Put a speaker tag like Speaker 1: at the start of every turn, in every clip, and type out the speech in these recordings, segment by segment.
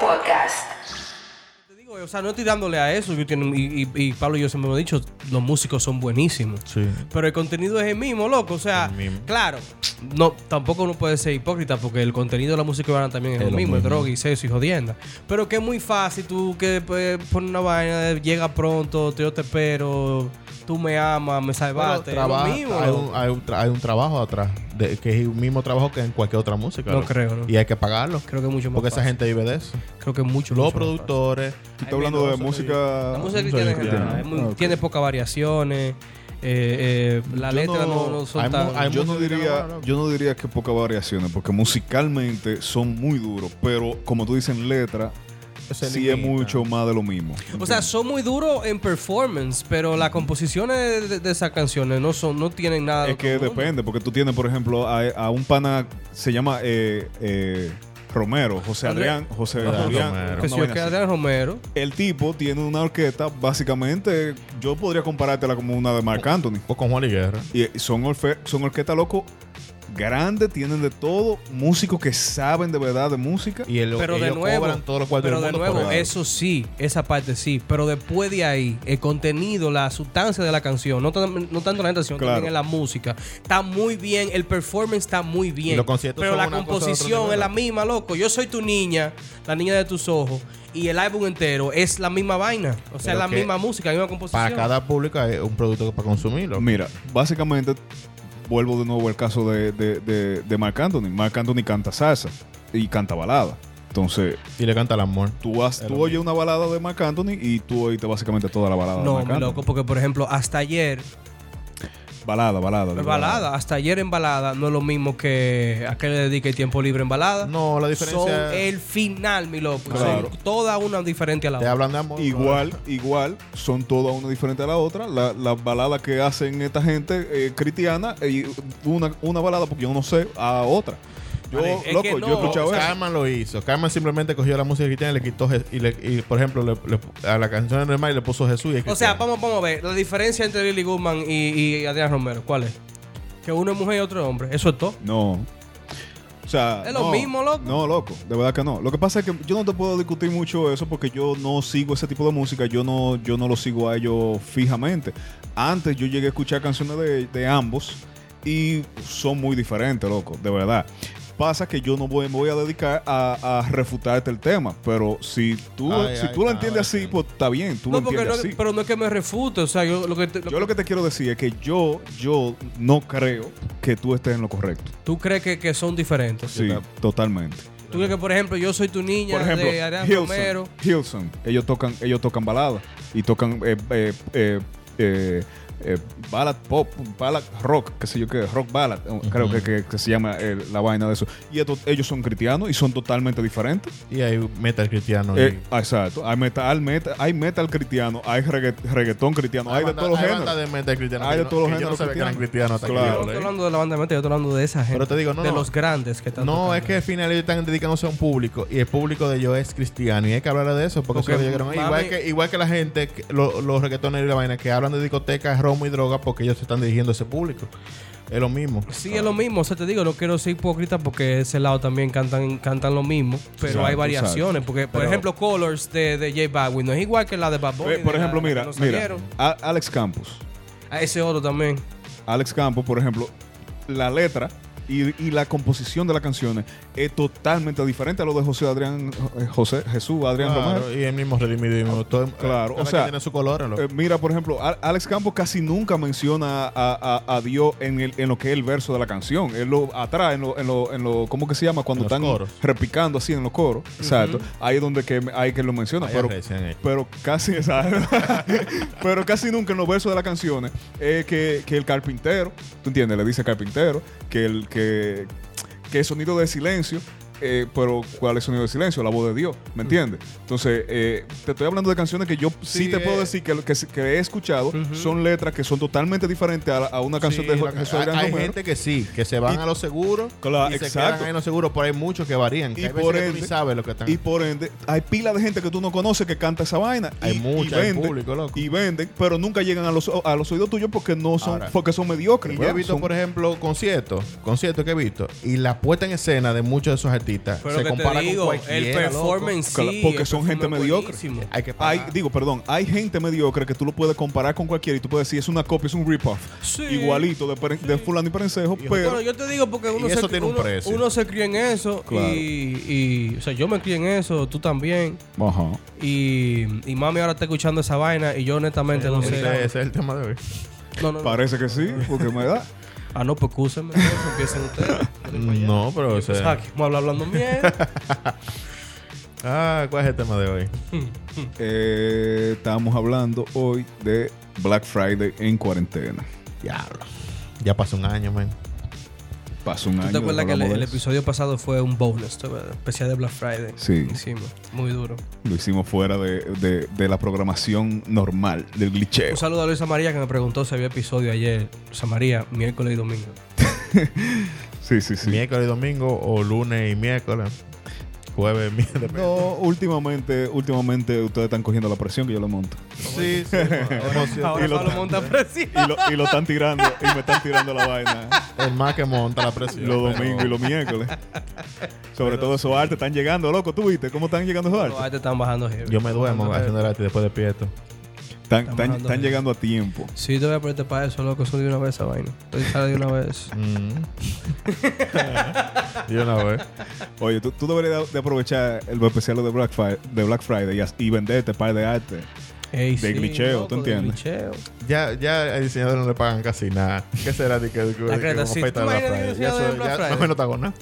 Speaker 1: Podcast.
Speaker 2: Te digo, o sea, no estoy dándole a eso. Yo tiene- y, y- y Pablo y yo siempre hemos dicho, los músicos son buenísimos.
Speaker 3: Sí.
Speaker 2: Pero el contenido es el mismo, loco. O sea,
Speaker 3: El mismo.
Speaker 2: claro, no, tampoco uno puede ser hipócrita porque el contenido de la música urbana también es,
Speaker 3: Es
Speaker 2: lo
Speaker 3: lo
Speaker 2: mismo,
Speaker 3: mismo.
Speaker 2: droga y sexo y jodienda. Pero que es muy fácil, tú que pues, pones una vaina, de llega pronto, yo te espero, tú me amas, me
Speaker 3: Bueno,
Speaker 2: salvaste.
Speaker 3: trabaja-
Speaker 2: es lo mismo.
Speaker 3: hay, un, hay un tra- hay un trabajo atrás, de- que es el mismo trabajo que en cualquier otra música.
Speaker 2: No
Speaker 3: loco.
Speaker 2: creo, no.
Speaker 3: Y hay que pagarlo.
Speaker 2: Creo que es mucho más
Speaker 3: porque esa
Speaker 2: fácil.
Speaker 3: gente vive de eso.
Speaker 2: Creo que es mucho mucho
Speaker 3: Los
Speaker 2: más fácil.
Speaker 3: productores.
Speaker 4: Tú estás hablando de música.
Speaker 2: La música
Speaker 4: Sí,
Speaker 2: cristiana en
Speaker 4: cristiana.
Speaker 2: general, es muy-
Speaker 4: Ah, ok.
Speaker 2: tiene pocas variaciones. eh, eh, la
Speaker 3: Yo
Speaker 2: letra no,
Speaker 3: no-
Speaker 2: no son
Speaker 3: hay mu-
Speaker 2: tan-
Speaker 3: hay
Speaker 4: Yo no
Speaker 3: música
Speaker 4: diría,
Speaker 3: cristiana,
Speaker 4: yo no diría que pocas variaciones, porque musicalmente son muy duros, pero como tú dices en letra,
Speaker 3: Se
Speaker 4: sí es
Speaker 3: limita.
Speaker 4: mucho más de lo mismo.
Speaker 2: O sea, son muy duros en performance, pero las composiciones de, de- de esas canciones no son, no tienen nada. de
Speaker 4: Es
Speaker 2: otro
Speaker 4: que
Speaker 2: mundo.
Speaker 4: depende, porque tú tienes, por ejemplo, a, a un pana, se llama eh, eh, Romero, José
Speaker 2: André-
Speaker 4: Adrián, José
Speaker 3: Adrián
Speaker 4: Adrián,
Speaker 3: Romero.
Speaker 4: una
Speaker 2: Que si yo
Speaker 4: vaina
Speaker 2: que
Speaker 4: así.
Speaker 2: Adrián Romero,
Speaker 4: El tipo tiene una orquesta, básicamente, yo podría comparártela como una de Marc Anthony.
Speaker 3: O pues con Juan y Guerra.
Speaker 4: Y eh, son, orfe- son orquestas loco grandes, tienen de todo, músicos que saben de verdad de música.
Speaker 3: Y el,
Speaker 2: pero de
Speaker 3: ellos
Speaker 2: nuevo,
Speaker 3: cobran todos los cuartos
Speaker 2: pero de
Speaker 3: del mundo por
Speaker 2: nuevo,
Speaker 3: el-
Speaker 2: eso sí, esa parte sí, pero después de ahí, el contenido, la sustancia de la canción, no, tan- no tanto la canción,
Speaker 4: Claro.
Speaker 2: también en la música, está muy bien, el performance está muy bien,
Speaker 3: Y los conciertos
Speaker 2: pero
Speaker 3: son
Speaker 2: la
Speaker 3: una cosa de otro
Speaker 2: composición es
Speaker 3: nivel.
Speaker 2: la misma, loco. Yo soy tu niña, la niña de tus ojos, y el álbum entero es la misma vaina, o sea,
Speaker 3: Pero
Speaker 2: es la
Speaker 3: que
Speaker 2: misma música, la misma composición.
Speaker 3: Para cada público es un producto para consumirlo.
Speaker 4: Mira, básicamente, vuelvo de nuevo al caso de, de, de, de Marc Anthony. Marc Anthony canta salsa y canta balada. Entonces,
Speaker 3: Y le canta el amor.
Speaker 4: tú, vas,
Speaker 3: Es
Speaker 4: tú
Speaker 3: lo
Speaker 4: oyes una balada de Marc Anthony y tú oíste básicamente toda la balada
Speaker 2: No,
Speaker 4: de Marc
Speaker 2: mi
Speaker 4: Anthony.
Speaker 2: loco, porque por ejemplo, hasta ayer
Speaker 4: Balada, balada. digo,
Speaker 2: balada. Hasta ayer en balada no es lo mismo que a que le dedique tiempo libre en balada.
Speaker 3: No, la diferencia
Speaker 2: Son
Speaker 3: es-
Speaker 2: el final, mi loco.
Speaker 4: Claro.
Speaker 2: Son todas una diferente a la
Speaker 3: Te
Speaker 2: otra.
Speaker 3: hablan de amor.
Speaker 4: Igual, igual, son todas una diferente a la otra. La- Las baladas que hacen esta gente eh, cristiana, eh, una, una balada, porque yo no sé, a otra. Yo,
Speaker 2: Vale, es que
Speaker 4: loco, yo
Speaker 2: no,
Speaker 4: he escuchado
Speaker 2: o sea,
Speaker 4: eso.
Speaker 3: Carmen lo hizo. Carmen simplemente cogió la música cristiana y le quitó. Je- Y, le, y, por ejemplo, le- le- a la canción de Neymar le puso Jesús. Y es
Speaker 2: O sea,
Speaker 3: cristiana.
Speaker 2: vamos, vamos a ver. La diferencia entre Lily Goodman y, y Adrián Romero, ¿cuál es? Que uno es mujer y otro es hombre. Eso es todo.
Speaker 4: No. O sea,
Speaker 2: Es lo
Speaker 4: no,
Speaker 2: mismo, loco.
Speaker 4: No, loco, de verdad que no. Lo que pasa es que yo no te puedo discutir mucho eso porque yo no sigo ese tipo de música, yo no, yo no lo sigo a ellos fijamente. Antes yo llegué a escuchar canciones de, de ambos y son muy diferentes, loco, de verdad. Pasa que yo no voy, me voy a dedicar a, a refutarte el tema, pero si tú,
Speaker 3: Ay,
Speaker 4: si
Speaker 3: ay,
Speaker 4: tú lo
Speaker 3: ay,
Speaker 4: entiendes así,
Speaker 3: ay.
Speaker 4: pues está bien, tú
Speaker 2: no,
Speaker 4: lo
Speaker 2: porque
Speaker 4: entiendes
Speaker 2: no,
Speaker 4: así.
Speaker 2: pero no es que me refute. O sea, yo lo que, te- lo-
Speaker 4: yo lo que te quiero decir es que yo, yo no creo que tú estés en lo correcto.
Speaker 2: tú crees que, que son diferentes.
Speaker 4: Sí,
Speaker 3: tam-
Speaker 4: totalmente.
Speaker 2: Tú crees que, por ejemplo, yo soy tu niña
Speaker 4: Por ejemplo,
Speaker 2: de Adrián Romero.
Speaker 4: Hilson, Hilson, ellos tocan, ellos tocan baladas y tocan eh, eh, eh, eh, eh, ballad pop, ballad rock, qué sé yo qué, rock ballad, eh, creo que, que- que se llama eh, la vaina de eso. Y esto- ellos son cristianos y son totalmente diferentes.
Speaker 3: Y hay metal cristiano.
Speaker 4: Eh,
Speaker 3: y...
Speaker 4: ah, exacto, hay metal, metal, hay metal cristiano, hay regga- reggaetón cristiano, hay, de
Speaker 3: banda-
Speaker 4: todos los
Speaker 3: hay banda
Speaker 4: géneros.
Speaker 3: de metal cristiano.
Speaker 4: Hay
Speaker 3: que
Speaker 4: de
Speaker 3: no-
Speaker 4: todos los
Speaker 3: que yo
Speaker 4: géneros
Speaker 3: no sabía que eran
Speaker 4: cristianos.
Speaker 3: cristianos. hasta que
Speaker 4: Claro.
Speaker 2: Yo no
Speaker 3: yo
Speaker 2: estoy
Speaker 3: leí.
Speaker 2: hablando de la banda de metal, yo estoy hablando de esa gente.
Speaker 3: Pero te digo, no,
Speaker 2: De
Speaker 3: no.
Speaker 2: los grandes que están
Speaker 3: No,
Speaker 2: tocando.
Speaker 3: es que al final ellos están dedicándose a un público y el público de ellos es cristiano y hay que hablar de eso porque
Speaker 2: Porque,
Speaker 3: eso es lo que llegaron.
Speaker 2: mami-
Speaker 3: Igual que, igual que la gente, que- lo- los reggaetoneros y la vaina que hablan de discotecas, romo y droga porque ellos se están dirigiendo a ese público. Es lo mismo.
Speaker 2: Sí, es lo mismo. O sea, te digo, no quiero ser hipócrita porque ese lado también cantan, cantan lo mismo, pero
Speaker 4: Exacto,
Speaker 2: hay variaciones. Porque, por
Speaker 4: Pero-
Speaker 2: ejemplo, Colors de, de J Balvin no es igual que la de Bad Bunny.
Speaker 4: Eh,
Speaker 2: ni
Speaker 4: por
Speaker 2: la-
Speaker 4: ejemplo,
Speaker 2: la que
Speaker 4: mira,
Speaker 2: no
Speaker 4: mira,
Speaker 2: salieron.
Speaker 4: a- Alex Campos.
Speaker 2: A ese otro también.
Speaker 4: Alex Campos, por ejemplo, la letra y, y la composición de las canciones es totalmente diferente a lo de José Adrián, eh, José Jesús Adrián
Speaker 3: Claro,
Speaker 4: Romero.
Speaker 3: y el mismo redimido. y el mismo todo-
Speaker 4: Claro, o
Speaker 3: cada
Speaker 4: sea,
Speaker 3: quien tiene su color. loco.
Speaker 4: Eh, mira, por ejemplo, a- Alex Campos casi nunca menciona a, a- a Dios en, el- en lo que es el verso de la canción. Él lo atrae en lo, en lo, en lo- ¿cómo que se llama? Cuando
Speaker 3: En los
Speaker 4: están
Speaker 3: coros.
Speaker 4: repicando así en los coros. Exacto. Ahí es donde que, hay que lo menciona.
Speaker 3: Ahí
Speaker 4: pero,
Speaker 3: aprecian ellos.
Speaker 4: pero casi, exacto. pero casi nunca en los versos de las canciones es que, que el carpintero, ¿tú entiendes? Le dice carpintero, que el que, que el sonido de silencio. eh, pero ¿cuál es el sonido de silencio? La voz de Dios, ¿me
Speaker 3: Mm.
Speaker 4: entiendes? Entonces, eh, te estoy hablando de canciones que yo sí,
Speaker 3: Sí,
Speaker 4: te puedo
Speaker 3: eh.
Speaker 4: decir que, lo que, que he escuchado
Speaker 2: Ujú.
Speaker 4: son letras que son totalmente diferentes a, la- a una canción
Speaker 3: Sí,
Speaker 4: de
Speaker 3: la-
Speaker 4: Jesús
Speaker 3: hay,
Speaker 4: Adrián
Speaker 3: hay
Speaker 4: Romero.
Speaker 3: gente que sí, que se van
Speaker 4: Y-
Speaker 3: a los seguros
Speaker 4: Claro,
Speaker 3: y se
Speaker 4: exacto.
Speaker 3: quedan ahí en los seguros, pero hay muchos que varían. que
Speaker 4: Y
Speaker 3: hay veces
Speaker 4: por
Speaker 3: que tú
Speaker 4: ende-
Speaker 3: ni sabes lo que están
Speaker 4: Y por ende, hay pila de gente que tú no conoces que canta esa vaina.
Speaker 3: Hay
Speaker 4: y,
Speaker 3: mucha,
Speaker 4: y
Speaker 3: hay
Speaker 4: venden,
Speaker 3: público, loco.
Speaker 4: Y venden, pero nunca llegan a los, a los oídos tuyos porque no son,
Speaker 3: Ahora,
Speaker 4: porque son mediocres.
Speaker 3: Y yo he
Speaker 4: ¿verdad?
Speaker 3: visto,
Speaker 4: Son-
Speaker 3: por ejemplo, conciertos, conciertos que he visto, y la puesta en escena de muchos de esos artista
Speaker 2: Pero
Speaker 3: se
Speaker 2: que
Speaker 3: compara
Speaker 2: te digo,
Speaker 3: con
Speaker 2: el
Speaker 3: cualquiera, loco.
Speaker 2: performance
Speaker 4: Claro,
Speaker 2: sí,
Speaker 4: porque
Speaker 2: el
Speaker 4: son gente
Speaker 2: performance
Speaker 4: mediocre.
Speaker 2: buenísimo.
Speaker 3: Hay que
Speaker 4: Hay,
Speaker 3: pagar.
Speaker 4: digo, perdón, hay gente mediocre que tú lo puedes comparar con cualquiera y tú puedes decir es una copia, es un rip-off.
Speaker 2: Sí.
Speaker 4: Igualito de, Peren- de Fulano y Perencejo, pero.
Speaker 2: Bueno, yo te digo porque uno,
Speaker 3: Y eso
Speaker 2: se,
Speaker 3: tiene un
Speaker 2: uno-
Speaker 3: precio.
Speaker 2: uno se cría en eso
Speaker 4: Claro.
Speaker 2: y, y- o sea, yo me crié en eso, tú también
Speaker 4: Ajá.
Speaker 2: y, y mami ahora está escuchando esa vaina y yo honestamente no
Speaker 3: Ese, ese
Speaker 2: sé.
Speaker 3: es el tema de hoy.
Speaker 2: No, no, no.
Speaker 4: Parece que sí, porque me da.
Speaker 2: Ah, no, pues escúsenme, ¿no? empiecen ustedes.
Speaker 3: No, pero o
Speaker 2: O
Speaker 3: sea,
Speaker 2: sea, que pues, vamos a hablar hablando mierda.
Speaker 3: ah, ¿cuál es el tema de hoy?
Speaker 4: Eh, estamos hablando hoy de Black Friday en cuarentena.
Speaker 3: Diablo. Ya pasó un año, man.
Speaker 4: Pasó un
Speaker 2: ¿Tú
Speaker 4: año.
Speaker 2: te acuerdas
Speaker 4: de
Speaker 2: que el,
Speaker 4: hablamos
Speaker 2: el
Speaker 4: de eso?
Speaker 2: episodio pasado fue un bonus, ¿te acuerdas? especial de Black Friday?
Speaker 4: Sí.
Speaker 2: Hicimos, muy duro.
Speaker 4: Lo hicimos fuera de, de- de la programación normal, del
Speaker 3: Eh.
Speaker 4: glitcheo.
Speaker 2: Un saludo a Luisa María que me preguntó si había episodio ayer. Luisa María, miércoles y domingo.
Speaker 4: Sí, sí, sí.
Speaker 3: Miércoles y domingo o lunes y miércoles. Jueves y miércoles.
Speaker 4: No, últimamente, últimamente ustedes están cogiendo la presión que yo lo monto.
Speaker 3: Sí, sí. Emoción.
Speaker 2: Ahora
Speaker 4: Y lo-
Speaker 2: Pablo monta presión.
Speaker 4: Y lo, y lo están tirando, y me están tirando la vaina
Speaker 3: El más que monta la presión.
Speaker 4: los
Speaker 3: pero-
Speaker 4: domingos y los miércoles. Sobre todo esos artes están llegando, loco, ¿tú viste cómo están llegando esos
Speaker 2: No, ahí
Speaker 4: artes?
Speaker 2: te están bajando heavy.
Speaker 3: Yo me duermo
Speaker 2: Bajando
Speaker 3: haciendo el arte y después despierto.
Speaker 4: Están,
Speaker 2: Estamos
Speaker 4: están-
Speaker 2: hablando
Speaker 4: están
Speaker 2: de-
Speaker 4: llegando a tiempo.
Speaker 2: heavy. Sí, te voy a ponerte para eso, loco. Eso de una vez esa vaina. Estoy cara de una vez.
Speaker 3: Mm. y una vez.
Speaker 4: Oye, tú, tú deberías de- de aprovechar el especial de Black, Fri- de Black Friday y, as- y venderte par de arte.
Speaker 2: Ey,
Speaker 4: De glitcheo, ¿tú
Speaker 2: de
Speaker 4: entiendes?
Speaker 2: glitcheo.
Speaker 3: Ya, ya al diseñador no le pagan casi nada. ¿Qué será de que, de que,
Speaker 2: La
Speaker 3: de que
Speaker 2: creta,
Speaker 3: como
Speaker 2: sí.
Speaker 3: fiesta
Speaker 2: ¿Tú
Speaker 3: de
Speaker 2: imaginas
Speaker 3: Black
Speaker 2: el
Speaker 3: Friday? Ya
Speaker 2: diseñador
Speaker 3: eso-
Speaker 2: de Black
Speaker 3: ya-
Speaker 2: Friday?
Speaker 3: No me lo está con nada.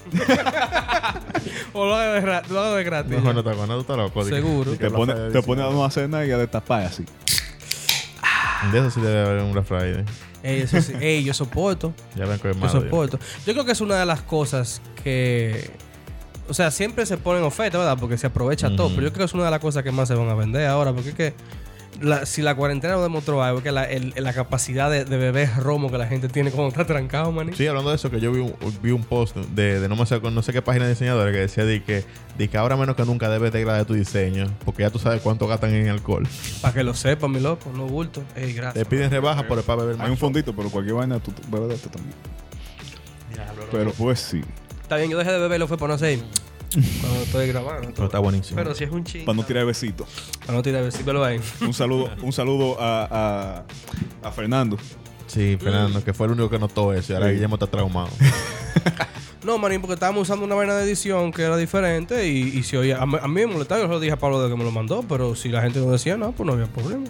Speaker 2: O lo hago de, gra- lo hago de gratis.
Speaker 3: No me lo está con nada. Tú estás loco. de que-
Speaker 2: Seguro.
Speaker 3: de que
Speaker 4: Te
Speaker 3: Black
Speaker 4: pone,
Speaker 3: Friday
Speaker 4: te
Speaker 3: dice-
Speaker 4: pone a una cena y a destapar así.
Speaker 3: De eso sí debe haber un Black Friday.
Speaker 2: Ey, eso sí. Ey, yo soporto.
Speaker 3: Ya arrancó de
Speaker 2: Yo
Speaker 3: madre.
Speaker 2: soporto. Yo creo que es una de las cosas que. O sea, siempre se ponen ofertas, ¿verdad? Porque se aprovecha todo.
Speaker 3: Ujú.
Speaker 2: Pero yo creo que es una de las cosas que más se van a vender ahora. Porque es que la- si la cuarentena nos demostró algo, es que la, el- la capacidad de, de beber romo que la gente tiene cuando está trancado, maní.
Speaker 3: Sí, hablando de eso, que yo vi un, vi un post de, de no, me sé, no sé qué página de diseñadores que decía de que, de que ahora menos que nunca debes degradar tu diseño, porque ya tú sabes cuánto gastan en alcohol.
Speaker 2: Para que lo sepan, mi loco. No bulto. Ey, gracias.
Speaker 3: Te piden rebaja por el para beber más.
Speaker 4: Hay un fondito, pero cualquier vaina tú tú bebes de esto también. Pero pues sí.
Speaker 2: Está bien, yo dejé de beberlo fue para no hacer. Cuando estoy grabando.
Speaker 3: Pero está buenísimo.
Speaker 2: Pero si es un chiste.
Speaker 4: Para no tirar besitos.
Speaker 2: Para no tirar, sí, pero ahí.
Speaker 4: Un saludo, un saludo a, a, a Fernando.
Speaker 3: Sí, Fernando, que fue el único que notó eso y ahora
Speaker 4: Sí.
Speaker 3: Guillermo está traumado.
Speaker 2: No, manín, porque estábamos usando una vaina de edición que era diferente y, y se oía. A, mí- a mí me molestaba, yo se lo dije a Pablo de que me lo mandó, pero si la gente no decía nada, pues no había problema.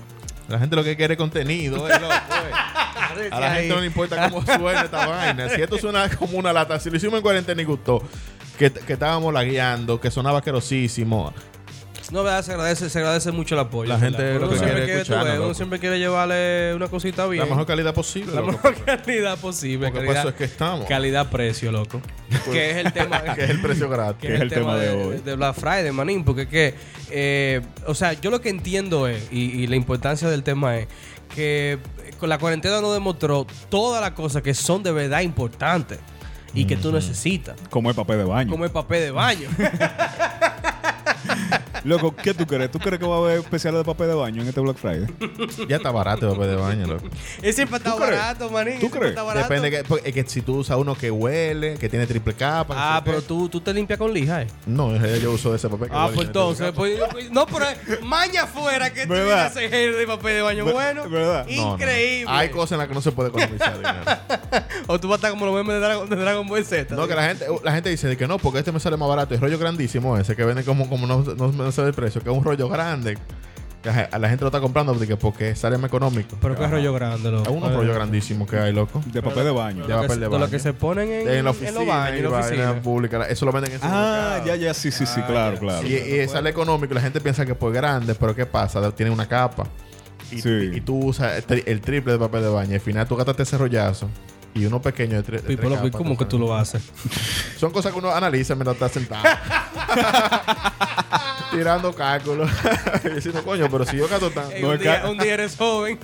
Speaker 3: La gente lo que quiere es contenido, eh, loco, eh. A la gente no le importa cómo suena esta vaina. Si esto suena como una lata, si lo hicimos en cuarentena y gustó, que, que estábamos lagueando, que sonaba asquerosísimo.
Speaker 2: No, verdad, se agradece, se agradece mucho el apoyo.
Speaker 3: La
Speaker 2: ¿verdad?
Speaker 3: gente es lo
Speaker 2: uno
Speaker 3: que
Speaker 2: siempre
Speaker 3: quiere
Speaker 2: quiere, tú
Speaker 3: escucharnos,
Speaker 2: ves, uno
Speaker 3: loco.
Speaker 2: siempre quiere llevarle una cosita bien.
Speaker 3: La mejor calidad posible.
Speaker 2: La
Speaker 3: loco,
Speaker 2: mejor calidad posible.
Speaker 3: porque por
Speaker 2: calidad,
Speaker 3: eso es que estamos. Pues,
Speaker 2: Calidad-precio, loco. que es el tema.
Speaker 3: que es el precio gratis.
Speaker 2: que es el tema de, hoy. de Black Friday, manín, porque es que, eh, o sea, yo lo que entiendo es, y, y la importancia del tema es, que con la cuarentena nos demostró todas las cosas que son de verdad importantes y que tú necesitas,
Speaker 4: Como el papel de baño.
Speaker 2: como el papel de baño.
Speaker 4: Loco, ¿qué tú crees? ¿Tú crees que va a haber especiales de papel de baño en este Black Friday?
Speaker 3: Ya está barato el papel de baño, loco.
Speaker 2: Ese siempre está
Speaker 4: ¿Tú crees?
Speaker 2: barato, manín.
Speaker 4: ¿Tú
Speaker 2: ese
Speaker 4: crees?
Speaker 2: Está barato.
Speaker 3: Depende que, porque- es que si tú usas uno que huele, que tiene triple capa.
Speaker 2: Ah,
Speaker 3: que
Speaker 2: pero
Speaker 3: sé
Speaker 2: tú, tú te limpias con lija, eh.
Speaker 3: qué. No, en realidad yo uso ese papel. que
Speaker 2: Ah,
Speaker 3: huele,
Speaker 2: pues
Speaker 3: que tiene triple
Speaker 2: entonces, pues, no, pero eh, maña fuera que tú
Speaker 4: ¿Verdad?
Speaker 2: vienes ese gel de papel de baño
Speaker 4: Ver-
Speaker 2: bueno.
Speaker 4: ¿verdad?
Speaker 3: capa. No, no.
Speaker 2: Increíble.
Speaker 3: Hay cosas en las que no se puede economizar dinero.
Speaker 2: O tú vas a estar como los memes de Dragon, de Dragon Ball Z.
Speaker 3: No, que la gente, uh, la gente dice de que no, porque este me sale más barato. Es rollo grandísimo ese que vende como, como no, no, no sabe el precio, que es un rollo grande. Que a a la gente lo está comprando porque, porque sale más económico.
Speaker 2: Pero qué rollo grande, loco.
Speaker 3: Hay unos
Speaker 2: Eh,
Speaker 3: rollos grandísimos que hay, loco.
Speaker 4: De papel de baño.
Speaker 3: Ya.
Speaker 2: lo que
Speaker 3: de papel
Speaker 2: se-
Speaker 3: de
Speaker 2: de lo
Speaker 3: baño.
Speaker 2: que se ponen en,
Speaker 3: En la oficina.
Speaker 2: en los baños, en la
Speaker 3: y vaina
Speaker 2: oficina.
Speaker 3: pública. Eso lo venden en
Speaker 4: Ah,
Speaker 3: supermercado.
Speaker 4: ya, ya, sí, sí, sí,
Speaker 2: Ah,
Speaker 4: claro,
Speaker 2: ya.
Speaker 4: claro.
Speaker 3: Y, y sale económico y la gente piensa que pues grande, pero ¿qué pasa? Tiene una capa. Y,
Speaker 4: Sí.
Speaker 3: y tú usas el, tri- el triple de papel de baño. Al final tú gastaste ese rollazo y uno pequeño de, tre- de tres
Speaker 2: Pipo, loco, ¿y
Speaker 3: capas,
Speaker 2: cómo que tú lo haces?
Speaker 3: sabes? Son cosas que uno analiza mientras está sentado. Tirando cálculos. y diciendo, coño, pero si yo gasto tanto,
Speaker 2: Ey,
Speaker 4: No,
Speaker 2: un,
Speaker 4: es
Speaker 2: día,
Speaker 4: que-
Speaker 2: un día eres joven,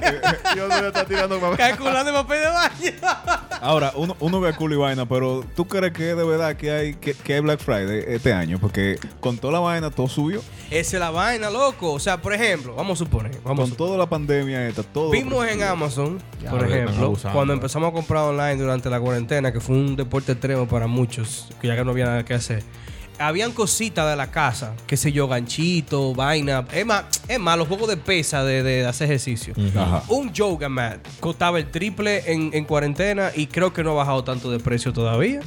Speaker 3: yo no voy a estar tirando papel.
Speaker 2: calculando el papel de baño.
Speaker 4: Ahora, uno, uno ve culo y vaina, pero ¿tú crees que de verdad que hay, que, que hay Black Friday este año? Porque con toda la vaina todo subió.
Speaker 2: Esa es la vaina, loco. O sea, por ejemplo, vamos a suponer, vamos a
Speaker 4: Con toda la pandemia esta, todo.
Speaker 2: Vimos en Amazon,
Speaker 3: Ya,
Speaker 2: por
Speaker 3: pero están
Speaker 2: ejemplo,
Speaker 3: abusando,
Speaker 2: cuando
Speaker 3: eh.
Speaker 2: empezamos a comprar online durante la cuarentena, que fue un deporte extremo para muchos, que ya que no había nada que hacer, habían cositas de la casa, qué sé yo, ganchito, vaina. Es más, es más los juegos de pesa de, de hacer ejercicio.
Speaker 4: Ajá.
Speaker 2: Un yoga mat costaba el triple en, en cuarentena y creo que no ha bajado tanto de precio todavía.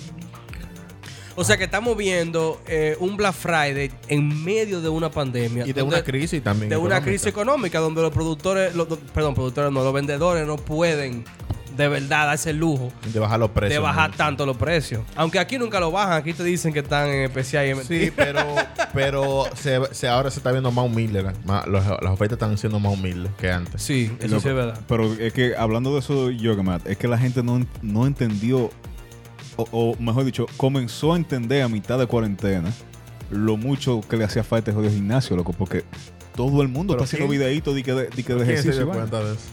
Speaker 2: O sea que estamos viendo eh, un Black Friday en medio de una pandemia.
Speaker 3: Y de
Speaker 2: donde-
Speaker 3: una crisis también.
Speaker 2: de una
Speaker 3: económica.
Speaker 2: crisis económica donde los productores, los, perdón, productores no, los vendedores no pueden de verdad darse el lujo
Speaker 3: De bajar los precios.
Speaker 2: de bajar
Speaker 3: mucho.
Speaker 2: tanto los precios. Aunque aquí nunca lo bajan, aquí te dicen que están en especial y es mentira.
Speaker 3: Sí, pero, pero se, se- ahora se está viendo más humilde. la- más- los- las ofertas están siendo más humildes que antes.
Speaker 2: Sí, eso
Speaker 4: Loco,
Speaker 2: sí es verdad.
Speaker 4: Pero es que hablando de eso, Yoga Mat, es que la gente no, no entendió, o, o mejor dicho, comenzó a entender a mitad de cuarentena lo mucho que le hacía falta ese de gimnasio, loco, porque todo el mundo
Speaker 3: Pero
Speaker 4: está haciendo
Speaker 3: ¿quién-
Speaker 4: videitos de, que de, de que de
Speaker 3: ¿Quién se
Speaker 4: ejercicio.
Speaker 3: dio
Speaker 4: y vaina.
Speaker 3: cuenta de eso?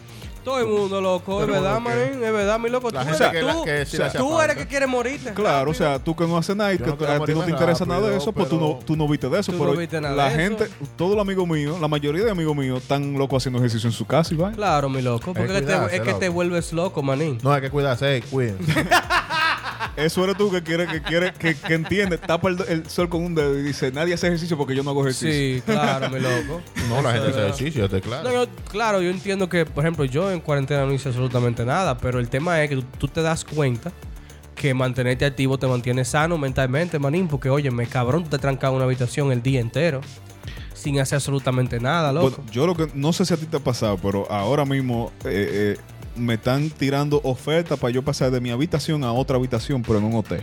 Speaker 2: Todo el mundo, loco, es
Speaker 3: Pero
Speaker 2: verdad,
Speaker 3: lo que-
Speaker 2: manín, es verdad, mi loco.
Speaker 3: La
Speaker 2: tú
Speaker 3: gente
Speaker 2: eres,
Speaker 3: que
Speaker 2: tú,
Speaker 3: la- que sí
Speaker 2: o sea,
Speaker 3: le hacía
Speaker 2: tú eres
Speaker 3: falta.
Speaker 2: que quieres morirte.
Speaker 4: Claro, o
Speaker 2: rápido.
Speaker 4: sea, tú que no haces nada y
Speaker 3: Yo
Speaker 4: que
Speaker 3: no quiero
Speaker 4: a ti no te
Speaker 3: morirme
Speaker 4: interesa nada de
Speaker 3: rápido,
Speaker 4: eso, pues tú no,
Speaker 3: pero-
Speaker 4: tú no viste de eso.
Speaker 2: Tú no
Speaker 4: pero
Speaker 2: viste nada
Speaker 4: la
Speaker 2: de
Speaker 4: gente,
Speaker 2: eso.
Speaker 4: todos los amigos míos, la mayoría de amigos míos, están locos haciendo ejercicio en su casa y va.
Speaker 2: Claro, mi loco, porque es que
Speaker 3: cuidarse,
Speaker 2: te, es que te
Speaker 3: loco.
Speaker 2: vuelves loco, manín.
Speaker 3: No, hay que cuidarse, eh, cuídense.
Speaker 4: Eso eres tú que quiere, que quiere, que, que entiende, tapa el, el sol con un dedo y dice, nadie hace ejercicio porque yo no hago ejercicio.
Speaker 2: Sí, claro, mi loco.
Speaker 3: No,
Speaker 2: Eso
Speaker 3: la gente
Speaker 2: es
Speaker 3: hace
Speaker 2: verdad.
Speaker 3: ejercicio, está claro.
Speaker 2: No, yo- claro, yo entiendo que, por ejemplo, yo en cuarentena no hice absolutamente nada, pero el tema es que tú, tú te das cuenta que mantenerte activo te mantiene sano mentalmente, manín, porque, oye, me cabrón, tú te trancas en una habitación el día entero sin hacer absolutamente nada, loco.
Speaker 4: Bueno, yo lo que no sé si a ti te ha pasado, pero ahora mismo eh, eh, me están tirando ofertas para yo pasar de mi habitación a otra habitación, pero en un hotel.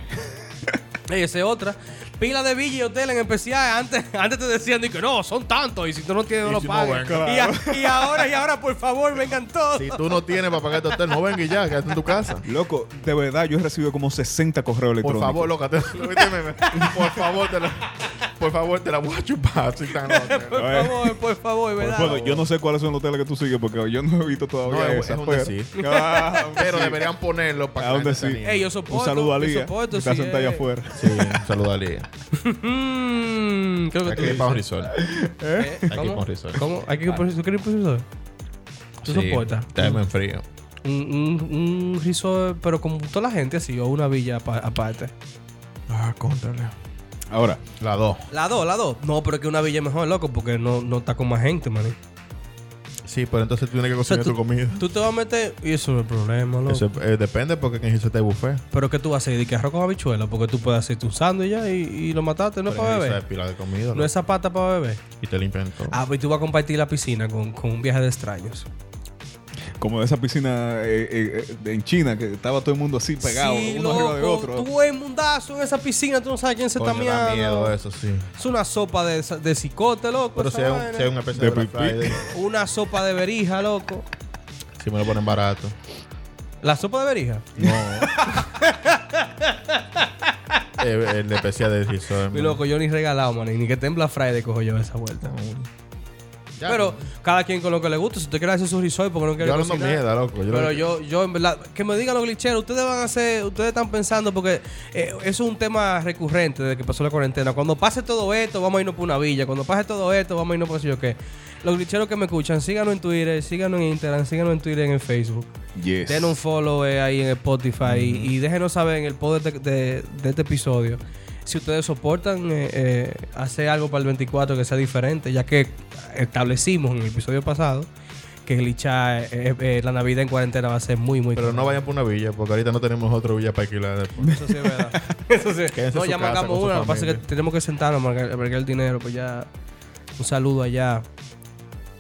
Speaker 2: Ey, esa es otra. Pila de Villa y Hotel en especial. Antes, antes te decían de que no, son tantos. Y si tú no tienes, no
Speaker 3: Y
Speaker 2: lo
Speaker 3: si no,
Speaker 2: pagas.
Speaker 3: bueno.
Speaker 2: y, a- y ahora, y ahora, por favor, vengan todos.
Speaker 3: Si tú no tienes para pagar tu hotel, no vengas y ya, quédate en tu casa.
Speaker 4: Loco, de verdad, yo he recibido como 60
Speaker 3: Por
Speaker 4: correos electrónicos.
Speaker 3: favor, loca, te, lo viste, meme? por favor, te la, por favor, te la voy a chupar. Si tan
Speaker 2: Por
Speaker 4: A ver.
Speaker 2: favor, por favor, ¿verdad?
Speaker 4: Bueno, eh. yo no sé cuáles son los hoteles que tú sigues porque yo no he visto todavía
Speaker 3: No, es-
Speaker 4: esas,
Speaker 3: es un
Speaker 4: pero-
Speaker 3: decir.
Speaker 4: Ah, un
Speaker 3: Pero
Speaker 4: decir.
Speaker 3: deberían ponerlo para
Speaker 4: ¿A
Speaker 3: que la
Speaker 4: dónde
Speaker 3: gente se
Speaker 4: sí?
Speaker 3: anime.
Speaker 2: Ey, yo soporto.
Speaker 4: Un saludo a
Speaker 2: yo
Speaker 4: Lía.
Speaker 2: soporto,
Speaker 4: que está
Speaker 2: sí,
Speaker 4: sentada allá
Speaker 2: eh.
Speaker 4: afuera.
Speaker 3: Sí, un saludo a Lía.
Speaker 2: Mm, creo que
Speaker 3: Hay
Speaker 2: tú
Speaker 3: que ir para un
Speaker 2: dices.
Speaker 3: risol.
Speaker 2: ¿Eh?
Speaker 3: Hay que ir para
Speaker 2: ¿Cómo?
Speaker 3: un risol.
Speaker 2: ¿Cómo? ¿Hay que ir por- ¿Tú quieres ir por risol? ¿Tú
Speaker 3: Sí,
Speaker 2: soportas?
Speaker 3: Está en frío.
Speaker 2: Un, un, un resort, pero con toda la gente así, o una villa apa- aparte.
Speaker 3: Ah, contrale.
Speaker 4: Ahora,
Speaker 3: La dos.
Speaker 2: La dos, la dos. No, pero es que una villa es mejor, loco, porque no, no está con más gente, maní.
Speaker 3: Sí, pero entonces tú tienes que
Speaker 2: O sea,
Speaker 3: cocinar
Speaker 2: tú-
Speaker 3: tu comida.
Speaker 2: Tú te vas a meter y eso es el problema, loco.
Speaker 3: Eso, eh, depende porque en Giseta hay buffet.
Speaker 2: Pero que tú vas a hacer? ¿De que arroz con habichuela? Porque tú puedes hacer tu sándwich ya y, y lo mataste. No es
Speaker 3: Pero
Speaker 2: para
Speaker 3: en Giseta
Speaker 2: beber.
Speaker 3: hay pila de comida.
Speaker 2: No es zapata para beber.
Speaker 3: loco, Y te limpian todo.
Speaker 2: Ah, pues tú vas a compartir la piscina con, con un viaje de extraños.
Speaker 4: como de esa piscina eh, eh, eh, en China que estaba todo el mundo así pegado,
Speaker 2: sí,
Speaker 4: uno
Speaker 2: loco,
Speaker 4: arriba de otro.
Speaker 2: Tú eres mundazo en esa piscina. Tú no sabes quién se
Speaker 3: Coño,
Speaker 2: está
Speaker 3: da miedo
Speaker 2: meando.
Speaker 3: eso, sí.
Speaker 2: Es una sopa de, de cicote, loco.
Speaker 3: Pero
Speaker 2: esa
Speaker 3: si hay, un,
Speaker 2: vaina.
Speaker 3: si hay una especie
Speaker 4: De
Speaker 3: de, Black
Speaker 4: pipí.
Speaker 3: Friday,
Speaker 2: Una sopa de berija, loco.
Speaker 3: si me lo ponen barato.
Speaker 2: ¿La sopa de berija?
Speaker 3: No. Eh, el de especial de Gisol.
Speaker 2: Mi loco, yo ni regalado, man. Ni que tembla Friday cojo yo esa vuelta. Pero cada quien con lo que le gusta. Si usted quiere hacer su risol, porque no quiere
Speaker 3: Yo hablando
Speaker 2: cocinar.
Speaker 3: mierda, loco. Yo
Speaker 2: Pero
Speaker 3: lo-
Speaker 2: yo, yo en verdad, que me digan los glitcheros, ustedes van a hacer, ustedes están pensando, porque eh, eso es un tema recurrente desde que pasó la cuarentena. Cuando pase todo esto, vamos a irnos por una villa. Cuando pase todo esto, vamos a irnos por qué sé yo qué. Los glitcheros que me escuchan, síganos en Twitter, síganos en Instagram, síganos en Twitter y en el Facebook.
Speaker 4: Yes.
Speaker 2: Den un follow eh, ahí en Spotify y, y déjenos saber en el post de, de- de este episodio si ustedes soportan eh, eh, hacer algo para el 24 que sea diferente, ya que establecimos en el episodio pasado que glitchar eh, eh, la Navidad en cuarentena va a ser muy, muy
Speaker 3: Pero no vayan por una villa, porque ahorita no tenemos otra villa para alquilar después.
Speaker 2: Eso sí es verdad. Eso sí.
Speaker 3: Quédense en
Speaker 2: No,
Speaker 3: su
Speaker 2: ya
Speaker 3: casa
Speaker 2: marcamos
Speaker 3: con su
Speaker 2: una. Lo que pasa es
Speaker 3: familia.
Speaker 2: que tenemos que sentarnos a marcar, a marcar el dinero. Pues ya. Un saludo allá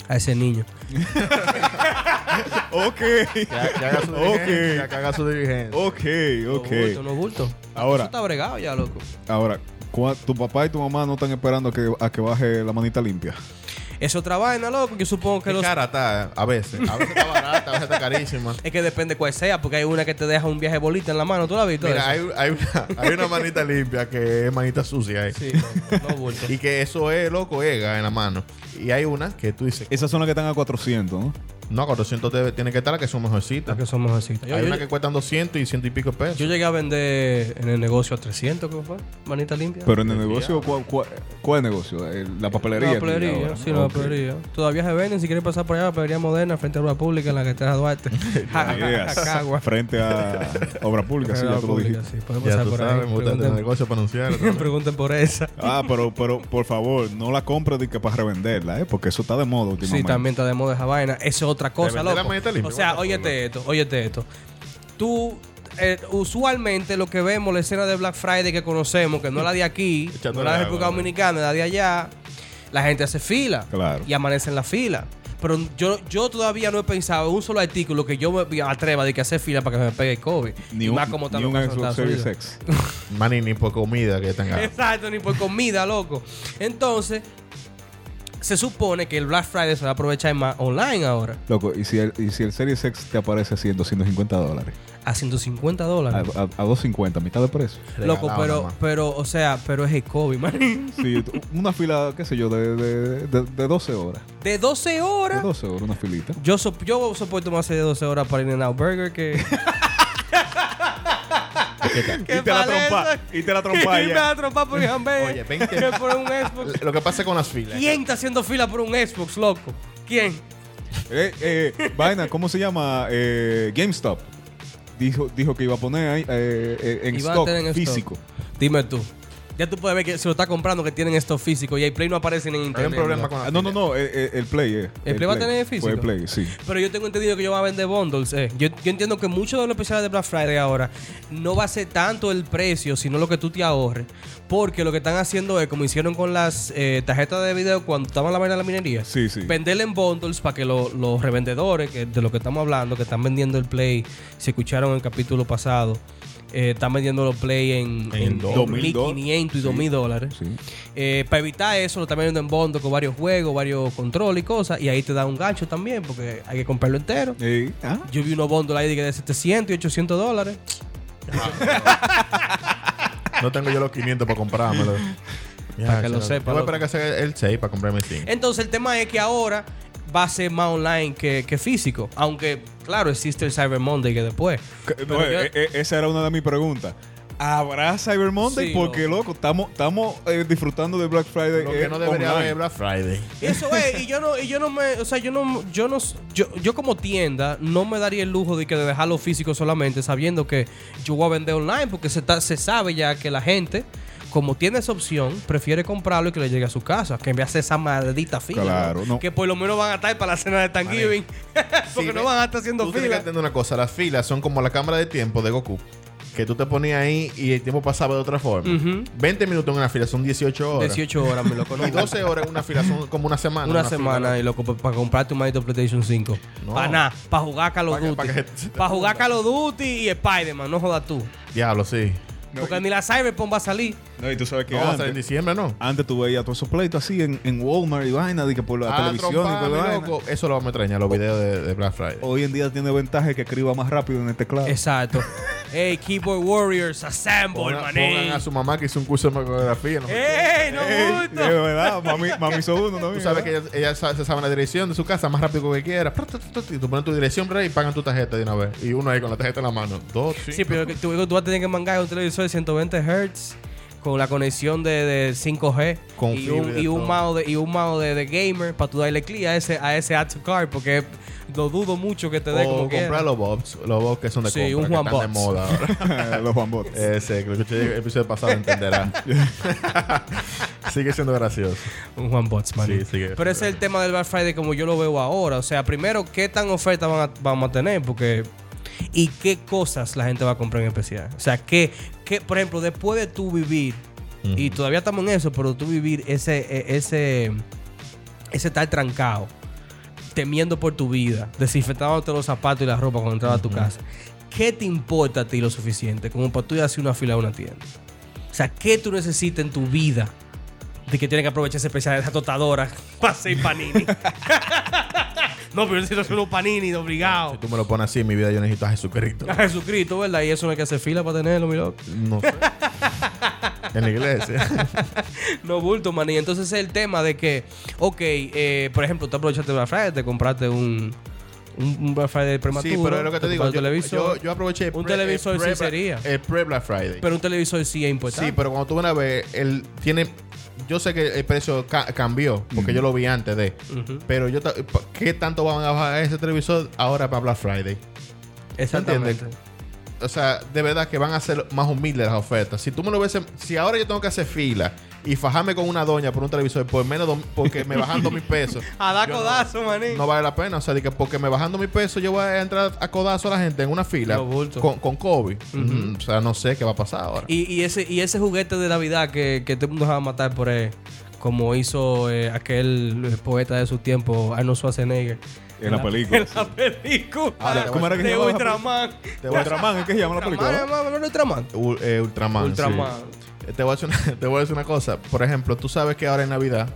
Speaker 2: a ese niño.
Speaker 4: Ok,
Speaker 3: Que, ha- que haga su
Speaker 4: Ok.
Speaker 3: diligencia. Que haga su diligencia.
Speaker 4: ok, ok.
Speaker 2: No bulto, no bulto. Eso
Speaker 4: Ahora,
Speaker 2: está bregado ya, loco.
Speaker 4: ahora, cua- tu papá y tu mamá no están esperando a que, a que baje la manita limpia.
Speaker 2: Es otra vaina, loco. Yo supongo que
Speaker 3: Qué
Speaker 2: los.
Speaker 3: cara está, eh, a veces. A veces está barata, a veces está carísima.
Speaker 2: Es que depende cuál sea, porque hay una que te deja un viaje bolita en la mano. ¿Tú la has visto?
Speaker 3: Mira,
Speaker 2: esa?
Speaker 3: hay, hay una, hay una manita limpia que es manita sucia ahí.
Speaker 2: Sí, no, no bulto.
Speaker 3: Y que eso es, loco, ega en la mano. Y hay una que tú dices,
Speaker 4: Esas son las que están a 400, ¿no?
Speaker 3: no, 400 debe- tiene que estar la que son mejorcitas.
Speaker 2: Las que son mejorcitas. Yo,
Speaker 3: Hay
Speaker 2: yo-
Speaker 3: una que cuestan 200 y ciento y pico pesos.
Speaker 2: yo llegué a vender en el negocio a 300, ¿qué fue? Manita limpia.
Speaker 4: Pero en el negocio, ¿cuál, cuál, cuál negocio? El- La papelería.
Speaker 2: La
Speaker 4: que hay
Speaker 2: papelería,
Speaker 4: ahora.
Speaker 2: sí, la
Speaker 4: Ok.
Speaker 2: papelería. Todavía se venden, si quieres pasar por allá, la papelería moderna, frente a la Pública, en la que está Duarte.
Speaker 4: Yes.
Speaker 2: Cagua.
Speaker 4: Frente a obra pública, sí, ya tú lo
Speaker 2: Pública,
Speaker 4: dijiste.
Speaker 2: sí, pueden
Speaker 3: Ya
Speaker 2: pasar
Speaker 3: tú
Speaker 2: por
Speaker 3: sabes,
Speaker 2: ahí.
Speaker 3: me gusta tener
Speaker 2: Pregunten,
Speaker 3: negocio para anunciar.
Speaker 2: pregunten por esa.
Speaker 4: Ah, pero, pero por favor, no la compres de que para revenderla, ¿eh? Porque eso está de moda últimamente.
Speaker 2: Sí, también está de moda esa vaina. Eso es otra cosa,
Speaker 3: vender la
Speaker 2: loco.
Speaker 3: manita limpia,
Speaker 2: O sea,
Speaker 3: what the fuck,
Speaker 2: óyete esto, óyete esto. Tú, eh, usualmente lo que vemos, la escena de Black Friday que conocemos, que no es la de aquí,
Speaker 3: Echándole
Speaker 2: no es la de
Speaker 3: agua,
Speaker 2: República
Speaker 3: ¿no?
Speaker 2: Dominicana, es la de allá, la gente hace fila
Speaker 4: Claro.
Speaker 2: y amanece en la fila. Pero yo, yo todavía no he pensado en un solo artículo que yo me atreva de que hacer fila para que me pegue el COVID.
Speaker 4: Ni
Speaker 2: Y
Speaker 4: un,
Speaker 2: más como están
Speaker 4: ni
Speaker 2: los
Speaker 4: un
Speaker 2: casos en
Speaker 4: Xbox
Speaker 2: Estados Unidos.
Speaker 4: Series X.
Speaker 3: Mani, ni por comida que tenga.
Speaker 2: Exacto, ni por comida, loco. Entonces, se supone que el Black Friday se va a aprovechar más online ahora.
Speaker 4: Loco, ¿y si, el, y si el Series X te aparece así en 250 dólares?
Speaker 2: A 150
Speaker 4: A,
Speaker 2: dólares.
Speaker 4: a- a 250, mitad de precio.
Speaker 2: Loco,
Speaker 3: Regalado nada
Speaker 2: pero,
Speaker 3: más.
Speaker 2: pero, o sea, pero es el COVID, man.
Speaker 4: Sí, tú- una fila, qué sé yo, de, de, de- de 12 horas.
Speaker 2: De 12
Speaker 4: De
Speaker 2: horas.
Speaker 4: 12 horas, una filita.
Speaker 2: Yo, sop- yo soporto más de 12 horas para ir en out Burger que. ¿Qué parece?
Speaker 4: y te la
Speaker 2: Y me va a trompar por el hamburger
Speaker 3: Oye, 20.
Speaker 2: Que por un Xbox.
Speaker 3: Lo que pasa con las filas.
Speaker 2: ¿Quién está haciendo fila por un Xbox, loco? ¿Quién?
Speaker 4: Eh, eh, vaina, ¿cómo se llama? Eh, GameStop. Dijo, dijo que iba a poner ahí, eh, eh, en
Speaker 2: Iba a
Speaker 4: stock
Speaker 2: tener en stock.
Speaker 4: físico.
Speaker 2: Dime tú. Ya tú puedes ver que se lo está comprando que tienen esto físico y el Play no aparece en
Speaker 3: Hay
Speaker 2: internet.
Speaker 3: un problema
Speaker 2: ¿verdad?
Speaker 3: con
Speaker 4: Ah,
Speaker 3: las
Speaker 4: no, no,
Speaker 3: filas.
Speaker 4: no, eh, eh, el Play, eh.
Speaker 2: ¿El Play va a tener físico?
Speaker 4: Fue el Play, sí.
Speaker 2: Pero yo tengo entendido que yo va a vender bundles. eh. Yo, yo entiendo que muchos de los especiales de Black Friday ahora no va a ser tanto el precio, sino lo que tú te ahorres. Porque lo que están haciendo es, como hicieron con las eh, tarjetas de video cuando estaban la vaina de la minería,
Speaker 4: Sí, sí.
Speaker 2: venderle en bundles para que lo- los revendedores, que de lo que estamos hablando, que están vendiendo el Play, se escucharon en el capítulo pasado, eh, están vendiendo los Play en,
Speaker 3: En dos.
Speaker 2: 1.500 y 2.000 dólares.
Speaker 4: Sí.
Speaker 2: Eh, para evitar eso, lo también en bondo con varios juegos, varios controles y cosas. Y ahí te da un gancho también, porque hay que comprarlo entero.
Speaker 4: Eh, ah,
Speaker 2: Yo vi unos bondos ahí de que de 700 y 800 dólares.
Speaker 3: No tengo yo los 500 para comprármelo.
Speaker 2: Para que lo sepa,
Speaker 3: Yo voy a
Speaker 2: loco.
Speaker 3: esperar que sea el 6 para comprarme el 5.
Speaker 2: Entonces, el tema es que ahora va a ser más online que, que físico. Aunque, claro, existe el Cyber Monday que después.
Speaker 4: que- no,
Speaker 2: Pero yo-
Speaker 4: eh, eh, esa era una de mis preguntas. ¿Habrá Cyber Monday?
Speaker 2: Sí,
Speaker 4: Porque, loco, estamos estamos eh, disfrutando de Black Friday.
Speaker 3: Lo
Speaker 4: eh,
Speaker 3: que no debería haber
Speaker 4: online.
Speaker 3: es Black Friday.
Speaker 2: Eso es, y yo no, y yo no me, o sea, yo no, yo no, yo, yo como tienda no me daría el lujo de que de dejarlo físico solamente, sabiendo que yo voy a vender online, porque se, está- se sabe ya que la gente, como tiene esa opción, prefiere comprarlo y que le llegue a su casa, que en vez de hacer esa maldita fila.
Speaker 4: Claro, no.
Speaker 2: Que por lo menos van a estar para la cena de Thanksgiving, porque
Speaker 3: Sí,
Speaker 2: no
Speaker 3: ve-
Speaker 2: van a estar haciendo
Speaker 3: Tú tienes que
Speaker 2: fila.
Speaker 3: entender una cosa. Las filas son como la cámara de tiempo de Goku. Que tú te ponías ahí y el tiempo pasaba de otra forma.
Speaker 2: Ujú.
Speaker 3: 20 minutos en una fila son 18 horas.
Speaker 2: 18 horas, me lo
Speaker 3: Y
Speaker 2: conozco.
Speaker 3: 12 horas en una fila son como una semana.
Speaker 2: Una
Speaker 3: fila.
Speaker 2: semana y loco para comprarte un maldito PlayStation 5.
Speaker 3: No.
Speaker 2: Para nada, para jugar Call of
Speaker 3: Pa'
Speaker 2: Duty. Para
Speaker 3: que- pa' que se te
Speaker 2: jugar Call of Duty y Spider-Man, no jodas tú.
Speaker 3: Diablo, sí.
Speaker 4: No,
Speaker 2: Porque
Speaker 4: y-
Speaker 2: ni la Cyberpunk va a salir.
Speaker 4: No, y tú sabes que
Speaker 3: No, hasta en
Speaker 4: antes,
Speaker 3: diciembre, ¿no?
Speaker 4: antes tú veías todos esos pleitos así en, en Walmart y vaina, de que por la
Speaker 3: Ah,
Speaker 4: televisión y
Speaker 3: trompa,
Speaker 4: por la
Speaker 3: mi
Speaker 4: vaina.
Speaker 3: loco. Eso lo vamos a extrañar, los videos de, de Black Friday.
Speaker 2: Oh,
Speaker 4: Hoy en día tiene ventaja que escriba más rápido en el teclado.
Speaker 2: Exacto. hey, Keyboard Warriors, assemble,
Speaker 3: Pongan,
Speaker 2: mané.
Speaker 3: pongan a su mamá que hizo un curso de macrografía. ¿no?
Speaker 2: ¡Ey, no
Speaker 4: Ey, de
Speaker 2: gusto!
Speaker 4: verdad, mami, mami hizo uno, ¿no?
Speaker 3: Tú sabes que ella, ella sa- se sabe la dirección de su casa más rápido que quiera. Y tú pones tu dirección Rey, y pagan tu tarjeta de una vez. Y uno ahí con la tarjeta en la mano. Dos,
Speaker 2: Sí, pero que tú, tú vas a tener que mangar un televisor de 120 Hz con la conexión de, de 5G
Speaker 3: Con
Speaker 2: y
Speaker 3: fibra y
Speaker 2: un,
Speaker 3: de
Speaker 2: y un
Speaker 3: todo.
Speaker 2: mouse de, y un mouse de, de gamer para tú darle clic a ese, a ese add to cart porque lo dudo mucho que pues, te dé
Speaker 3: o
Speaker 2: como que.
Speaker 3: comprar los bobs. Los bobs que son de
Speaker 2: Sí,
Speaker 3: compra,
Speaker 2: un
Speaker 3: que
Speaker 2: Juan
Speaker 3: están de
Speaker 2: Bobs.
Speaker 3: moda ahora.
Speaker 4: Los bambos.
Speaker 3: Ese, que lo escuché en el episodio pasado, entenderá. Sigue siendo gracioso.
Speaker 2: Un Juan Bots, man.
Speaker 3: Sí, sí que-
Speaker 2: Pero ese es el tema del Black Friday como yo lo veo ahora. O sea, primero, ¿qué tan oferta van a, vamos a tener? Porque... ¿Y qué cosas la gente va a comprar en especial? O sea, ¿qué, qué por ejemplo, después de tú vivir, y todavía estamos en eso, pero tú vivir ese, e- ese, ese tal trancado, temiendo por tu vida, desinfectándote los zapatos y la ropa cuando entrabas a tu casa, ¿qué te importa a ti lo suficiente como para tú ir a hacer una fila a una tienda? O sea, ¿qué tú necesitas en tu vida de que tiene que aprovechar ese especial de esa tostadora para hacer panini. no, pero yo necesito hacer un panini de
Speaker 3: Si
Speaker 2: obligado.
Speaker 3: tú me lo pones así, en mi vida yo necesito a Jesucristo.
Speaker 2: A Jesucristo, ¿verdad? Y eso no hay que hacer fila para tenerlo, mi loco.
Speaker 3: No sé. en la iglesia.
Speaker 2: No bulto, maní. Entonces es el tema de que, ok, eh, por ejemplo, tú aprovechaste Black Friday, te compraste un, un, un Black Friday prematuro.
Speaker 3: sí, pero es lo que te digo.
Speaker 2: compraste
Speaker 3: Yo,
Speaker 2: un televisor,
Speaker 3: yo, yo aproveché
Speaker 2: un televisor
Speaker 3: pre,
Speaker 2: sincería.
Speaker 3: El pre-Black Friday.
Speaker 2: pero pues un televisor sí es importante.
Speaker 3: sí, pero cuando tú una vez, él tiene. Yo sé que el precio ca- cambió, porque yo lo vi antes de.
Speaker 2: Ujú.
Speaker 3: Pero yo, ta- ¿qué tanto van a bajar ese televisor ahora para Black Friday?
Speaker 2: Exactamente.
Speaker 3: entiende? O sea, de verdad que van a ser más humildes las ofertas. Si tú me lo ves, si ahora yo tengo que hacer fila y fajarme con una doña por un televisor por menos dos- porque me bajan dos mil pesos,
Speaker 2: A dar codazo, maní.
Speaker 3: no vale la pena. O sea, de que porque me bajando mil pesos yo voy a entrar a codazo a la gente en una fila
Speaker 2: Los bultos.
Speaker 3: con, con COVID. Mm, O sea, no sé qué va a pasar ahora.
Speaker 2: Y, y ese, y ese juguete de Navidad que, que todo el mundo se va a matar por él, como hizo eh, aquel eh, poeta de su tiempo, Arnold Schwarzenegger.
Speaker 4: En la película.
Speaker 2: La película
Speaker 3: Ahora,
Speaker 4: Ah, ¿cómo era que se
Speaker 2: de
Speaker 4: llamaba?
Speaker 2: Ultraman.
Speaker 3: te voy a
Speaker 4: Ultraman, ¿es que se llama la película?
Speaker 2: Ultraman,
Speaker 4: verdad?
Speaker 2: llamaba, ¿no? Ultraman.
Speaker 3: U- eh, Ultraman. sí.
Speaker 2: Ultraman.
Speaker 3: Eh, Te voy, a decir una, te voy a decir una cosa. Por ejemplo, tú sabes que ahora en Navidad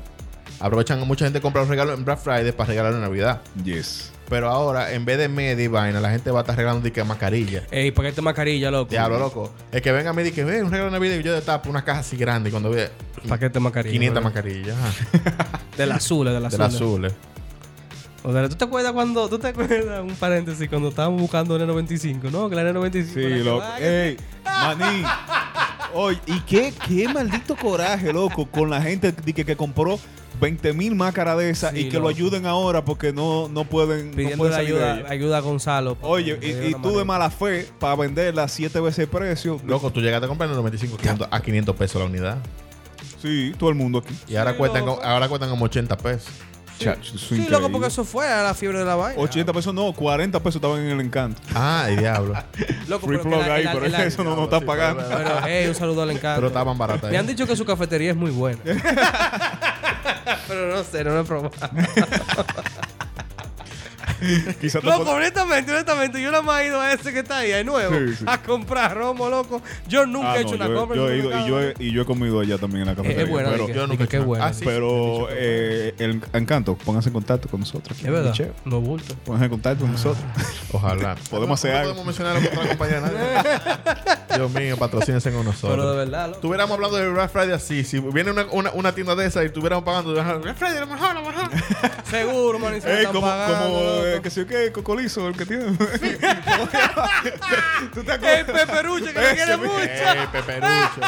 Speaker 3: aprovechan mucha gente compra los regalos en Black Friday para regalar en Navidad.
Speaker 4: Yes.
Speaker 3: Pero ahora, en vez de media y vaina, la gente va a estar regalando de que mascarilla.
Speaker 2: Ey, ¿para qué te mascarilla, loco?
Speaker 3: Diablo, loco. El que venga a mí y que ve un regalo de Navidad y yo de tapo una caja así grande y cuando ve
Speaker 2: ¿Para qué te mascarilla?
Speaker 3: 500
Speaker 2: bro?
Speaker 3: mascarillas. ajá,
Speaker 2: Del azul, del azul.
Speaker 3: Del azul. eh.
Speaker 2: O sea, ¿tú te acuerdas cuando, tú te acuerdas, un paréntesis, cuando estábamos buscando el N95, ¿no? Que la N95.
Speaker 4: Sí,
Speaker 2: era que
Speaker 4: loco. Eh,
Speaker 2: vaya.
Speaker 4: Ey, maní. Oye, y qué, qué maldito coraje, loco, con la gente di que, que compró 20 mil máscaras de esas
Speaker 2: Sí,
Speaker 4: y que
Speaker 2: loco.
Speaker 4: lo ayuden ahora porque no, no pueden, no
Speaker 2: Pidiendo
Speaker 4: pueden salir de
Speaker 2: ayuda,
Speaker 4: ella.
Speaker 2: ayuda a Gonzalo. para
Speaker 4: Oye,
Speaker 2: que le dé
Speaker 4: y, y
Speaker 2: una
Speaker 4: tú de
Speaker 2: mano.
Speaker 4: mala fe para venderla siete veces el precio.
Speaker 3: Loco, tú llegaste a comprar en el 95 500 a 500 pesos la unidad.
Speaker 4: Sí, todo el mundo aquí.
Speaker 3: Y ahora,
Speaker 2: Sí,
Speaker 3: cuestan,
Speaker 2: loco.
Speaker 3: co- ahora cuestan como 80 pesos.
Speaker 4: Chacho,
Speaker 2: Sí,
Speaker 4: eso es
Speaker 2: loco,
Speaker 4: increíble.
Speaker 2: porque eso fue a la fiebre de la vaina.
Speaker 4: 80 pesos no, 40 pesos estaban en el encanto.
Speaker 3: Ay, diablo.
Speaker 2: Loco,
Speaker 4: Free
Speaker 2: pero que
Speaker 4: plug
Speaker 2: la-
Speaker 4: ahí,
Speaker 2: la-
Speaker 4: pero
Speaker 2: la-
Speaker 4: eso no
Speaker 3: la-
Speaker 4: nos está
Speaker 3: sí,
Speaker 4: pagando.
Speaker 3: pero-
Speaker 2: Pero, hey, un saludo al encanto.
Speaker 3: Pero estaban baratas.
Speaker 2: Me
Speaker 3: eh.
Speaker 2: han dicho que su cafetería es muy buena. pero no sé, no lo he probado.
Speaker 4: Quizá te
Speaker 2: Loco,
Speaker 4: pon-
Speaker 2: honestamente, honestamente, yo nada más he ido a ese que está ahí, de nuevo,
Speaker 4: Sí, sí.
Speaker 2: a comprar romo, loco. Yo nunca
Speaker 4: Ah,
Speaker 2: he
Speaker 4: no,
Speaker 2: hecho una
Speaker 4: yo,
Speaker 2: compra. en
Speaker 4: yo
Speaker 2: un
Speaker 4: he ido y yo he,
Speaker 2: supermercado.
Speaker 4: y yo he comido allá también en la cafetería.
Speaker 2: es buena,
Speaker 4: pero
Speaker 2: dije.
Speaker 3: yo nunca
Speaker 2: Dije
Speaker 3: he
Speaker 2: que
Speaker 3: hecho
Speaker 2: bueno.
Speaker 3: nada. Ah, sí, sí,
Speaker 4: pero
Speaker 3: sí, sí, sí.
Speaker 4: eh, el encanto, pónganse en contacto con nosotros. aquí
Speaker 2: Es
Speaker 4: en
Speaker 2: verdad, Ah.
Speaker 4: Micheo.
Speaker 2: no bulto.
Speaker 4: Pónganse en contacto con nosotros.
Speaker 3: Ojalá.
Speaker 4: Podemos hacer
Speaker 3: No
Speaker 4: algo.
Speaker 3: Podemos mencionar a otra compañía. nadie. Dios mío, patrocínense con nosotros.
Speaker 2: Pero de verdad, loco.
Speaker 3: Estuviéramos hablando de Black Friday así. Si viene una, una, una tienda de esa y estuviéramos pagando, "Ah, Black Friday, lo mejor, lo mejor.
Speaker 2: Seguro, man. y se lo
Speaker 4: Ey,
Speaker 2: están
Speaker 4: Eh, como,
Speaker 2: pagando,
Speaker 4: como eh,
Speaker 2: loco.
Speaker 4: que sé yo qué, Cocolizo, el que tiene. ¿Tú te
Speaker 2: El
Speaker 4: acuerdas?
Speaker 2: peperuche que me quiere
Speaker 4: Ese, eh.
Speaker 2: mucho.
Speaker 3: Ey, peperucho.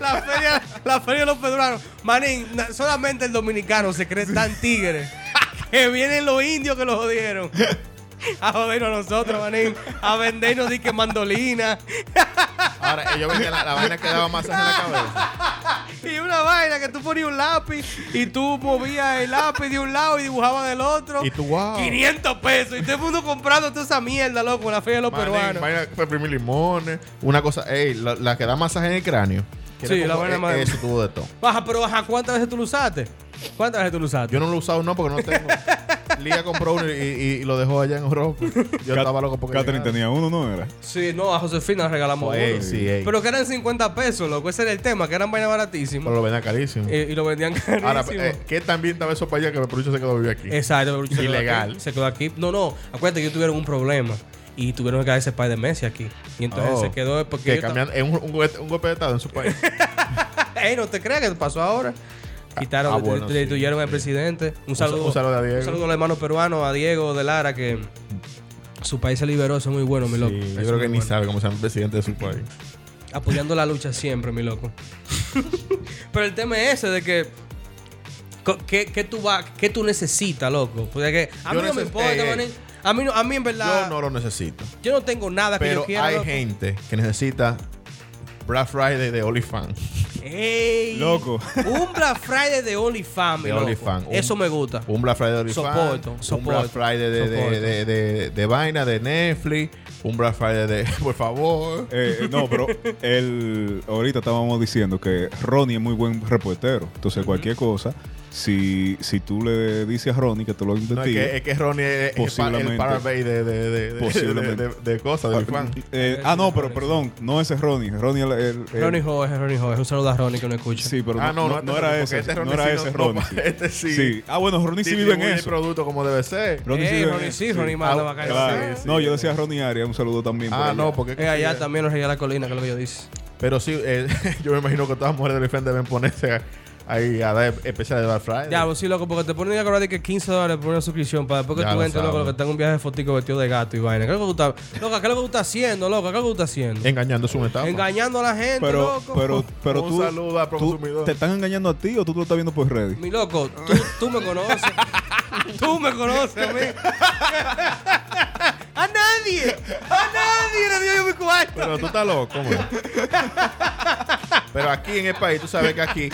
Speaker 2: La feria, la feria de los peruanos. Manín, na- solamente el dominicano se cree tan tigre que vienen los indios que los jodieron. A jodernos a nosotros, manín. A vendernos di que mandolina.
Speaker 3: Ahora, ellos ven que la, la vaina que daba masaje en la cabeza.
Speaker 2: Y una vaina que tú ponías un lápiz y tú movías el lápiz de un lado y dibujabas del otro.
Speaker 3: Y tú, wow.
Speaker 2: 500 pesos. Y todo el mundo comprando toda esa mierda, loco, en la feria de los
Speaker 3: Manín,
Speaker 2: peruanos.
Speaker 3: Vaina para imprimir limones. Una cosa, ey, la, la que da masaje en el cráneo.
Speaker 2: Sí, la vaina más-
Speaker 3: madre. Eso tuvo de todo.
Speaker 2: Baja, pero baja, ¿cuántas veces tú lo usaste? ¿Cuántas veces tú lo usaste?
Speaker 3: Yo no lo he usado, no, porque no tengo. Lía compró uno y, y- y lo dejó allá en Europa. Yo
Speaker 4: Cat-
Speaker 3: estaba loco porque. Oh,
Speaker 4: Catherine tenía uno, ¿no era?
Speaker 2: Sí, no, a Josefina le regalamos
Speaker 3: Ey,
Speaker 2: uno.
Speaker 3: sí, ey. Pero,
Speaker 2: Pero que eran 50 pesos, loco. Ese era el tema, que eran vainas baratísimas.
Speaker 3: lo venden carísimo.
Speaker 2: Eh, y lo vendían carísimo.
Speaker 3: Ahora, eh, ¿qué también estaba eso para allá que el perucho se quedó viviendo aquí?
Speaker 2: Exacto. pero se quedó
Speaker 3: Ilegal.
Speaker 2: aquí, se quedó aquí. No, no. Acuérdate que ellos tuvieron un problema. Y tuvieron que quedarse un par de meses aquí. Y entonces
Speaker 3: Oh,
Speaker 2: se quedó porque...
Speaker 3: que
Speaker 2: ellos
Speaker 3: cambian, es un, un golpe, un golpe de estado en su país.
Speaker 2: estaban- Ey, no te creas que pasó ahora. Quitaron,
Speaker 3: ah,
Speaker 2: le-
Speaker 3: bueno,
Speaker 2: le-
Speaker 3: sí,
Speaker 2: destituyeron al
Speaker 3: sí.
Speaker 2: presidente. Un
Speaker 3: Un
Speaker 2: saludo.
Speaker 3: sa- un saludo a Diego.
Speaker 2: Un saludo a los hermanos peruanos, a Diego de Lara, que su país se liberó. Eso es muy bueno, mi
Speaker 3: Sí,
Speaker 2: loco.
Speaker 3: yo
Speaker 2: Eso es
Speaker 3: creo
Speaker 2: muy
Speaker 3: que ni
Speaker 2: bueno.
Speaker 3: sabe cómo se llama el presidente de su país.
Speaker 2: apoyando la lucha siempre, mi loco. Pero el tema es ese de que co- ¿qué, qué tú vas, qué tú necesitas, loco? Porque que a mí
Speaker 3: Yo
Speaker 2: no me
Speaker 3: neces-
Speaker 2: importa,
Speaker 3: ey, ey.
Speaker 2: manín. A mí no, a mí en verdad
Speaker 3: Yo no lo necesito.
Speaker 2: yo no tengo nada que
Speaker 3: Pero
Speaker 2: yo quiera.
Speaker 3: hay
Speaker 2: loco.
Speaker 3: gente que necesita Black Friday de OnlyFans.
Speaker 2: Ey,
Speaker 4: Loco.
Speaker 2: Un Black Friday de OnlyFans, mi
Speaker 3: De
Speaker 2: loco.
Speaker 3: OnlyFans. Un-
Speaker 2: Eso me gusta.
Speaker 3: Un Black Friday de OnlyFans.
Speaker 2: Soporto,
Speaker 3: Un
Speaker 2: soporto,
Speaker 3: Black Friday de, de-
Speaker 2: soporto.
Speaker 3: de- de- de vaina, de Netflix. Un Black Friday de. Por favor.
Speaker 4: Eh, eh, no, pero él, ahorita estábamos diciendo que Ronnie es muy buen reportero. Entonces, cualquier cosa, si, si tú le dices a Ronnie que te lo
Speaker 3: No, es, que,
Speaker 4: investigue.
Speaker 3: es que Ronnie es- es el,
Speaker 4: Posiblemente.
Speaker 3: parabay de, de, de, de-
Speaker 4: Posiblemente.
Speaker 3: de- de- de cosas, de OnlyFans.
Speaker 4: eh, ah, no, pero perdón, no ese es Ronnie. Ronnie, el, el- el-
Speaker 2: Ronnie Jorge, Ronnie Jorge. Un saludo a Ronnie que no escucha.
Speaker 4: Eh, Sí, pero
Speaker 3: Ah,
Speaker 4: no,
Speaker 3: no, no,
Speaker 4: no- no era
Speaker 3: porque
Speaker 4: ese.
Speaker 3: este
Speaker 4: no
Speaker 3: Ronnie
Speaker 4: era
Speaker 3: sí,
Speaker 4: ese
Speaker 3: no-
Speaker 4: Ronnie.
Speaker 3: no, este sí.
Speaker 4: Ah, bueno, Ronnie sí vive en
Speaker 3: Distribuye el
Speaker 4: eso.
Speaker 3: producto como debe ser.
Speaker 4: Ronnie sí
Speaker 2: Ey,
Speaker 4: vive en
Speaker 2: Eh, Ronnie
Speaker 4: eso,
Speaker 2: sí,
Speaker 4: sí.
Speaker 2: Ronnie manda
Speaker 3: Ah,
Speaker 2: bacana.
Speaker 4: Claro.
Speaker 3: Sí, sí.
Speaker 4: No, yo decía Ronnie Arias, un saludo también. por
Speaker 3: Ah,
Speaker 4: allá.
Speaker 3: no, porque. es que
Speaker 2: Eh, allá
Speaker 3: sí,
Speaker 2: también los regué a la colina, que es lo que yo dice.
Speaker 3: Pero sí, eh, yo me imagino que todas las mujeres del frente deben ponerse ahí a dar especiales de Black Friday.
Speaker 2: Ya, pues sí, loco, porque te ponen a cobrar de que 15 dólares por una suscripción para después que
Speaker 3: Ya
Speaker 2: tú
Speaker 3: lo
Speaker 2: entres, loco,
Speaker 3: sabes.
Speaker 2: lo que está en un viaje fotico vestido de gato y vaina. ¿Qué es lo que tú estás, loco, ¿qué es lo que tú estás haciendo, loco? ¿Qué es lo que tú estás haciendo?
Speaker 3: Engañando su etapa.
Speaker 2: Engañando a la gente,
Speaker 4: Pero,
Speaker 2: loco.
Speaker 4: pero, pero
Speaker 3: Un
Speaker 4: tú,
Speaker 3: saludo al
Speaker 4: tú-
Speaker 3: prosumidor.
Speaker 4: ¿Te están engañando a ti o tú te lo estás viendo por redes?
Speaker 2: Mi loco, tú, tú me conoces. tú me conoces a mí. a nadie. A nadie le dio yo mi cuarto.
Speaker 3: Pero tú estás loco, ¿cómo no? Pero aquí en el país, tú sabes que aquí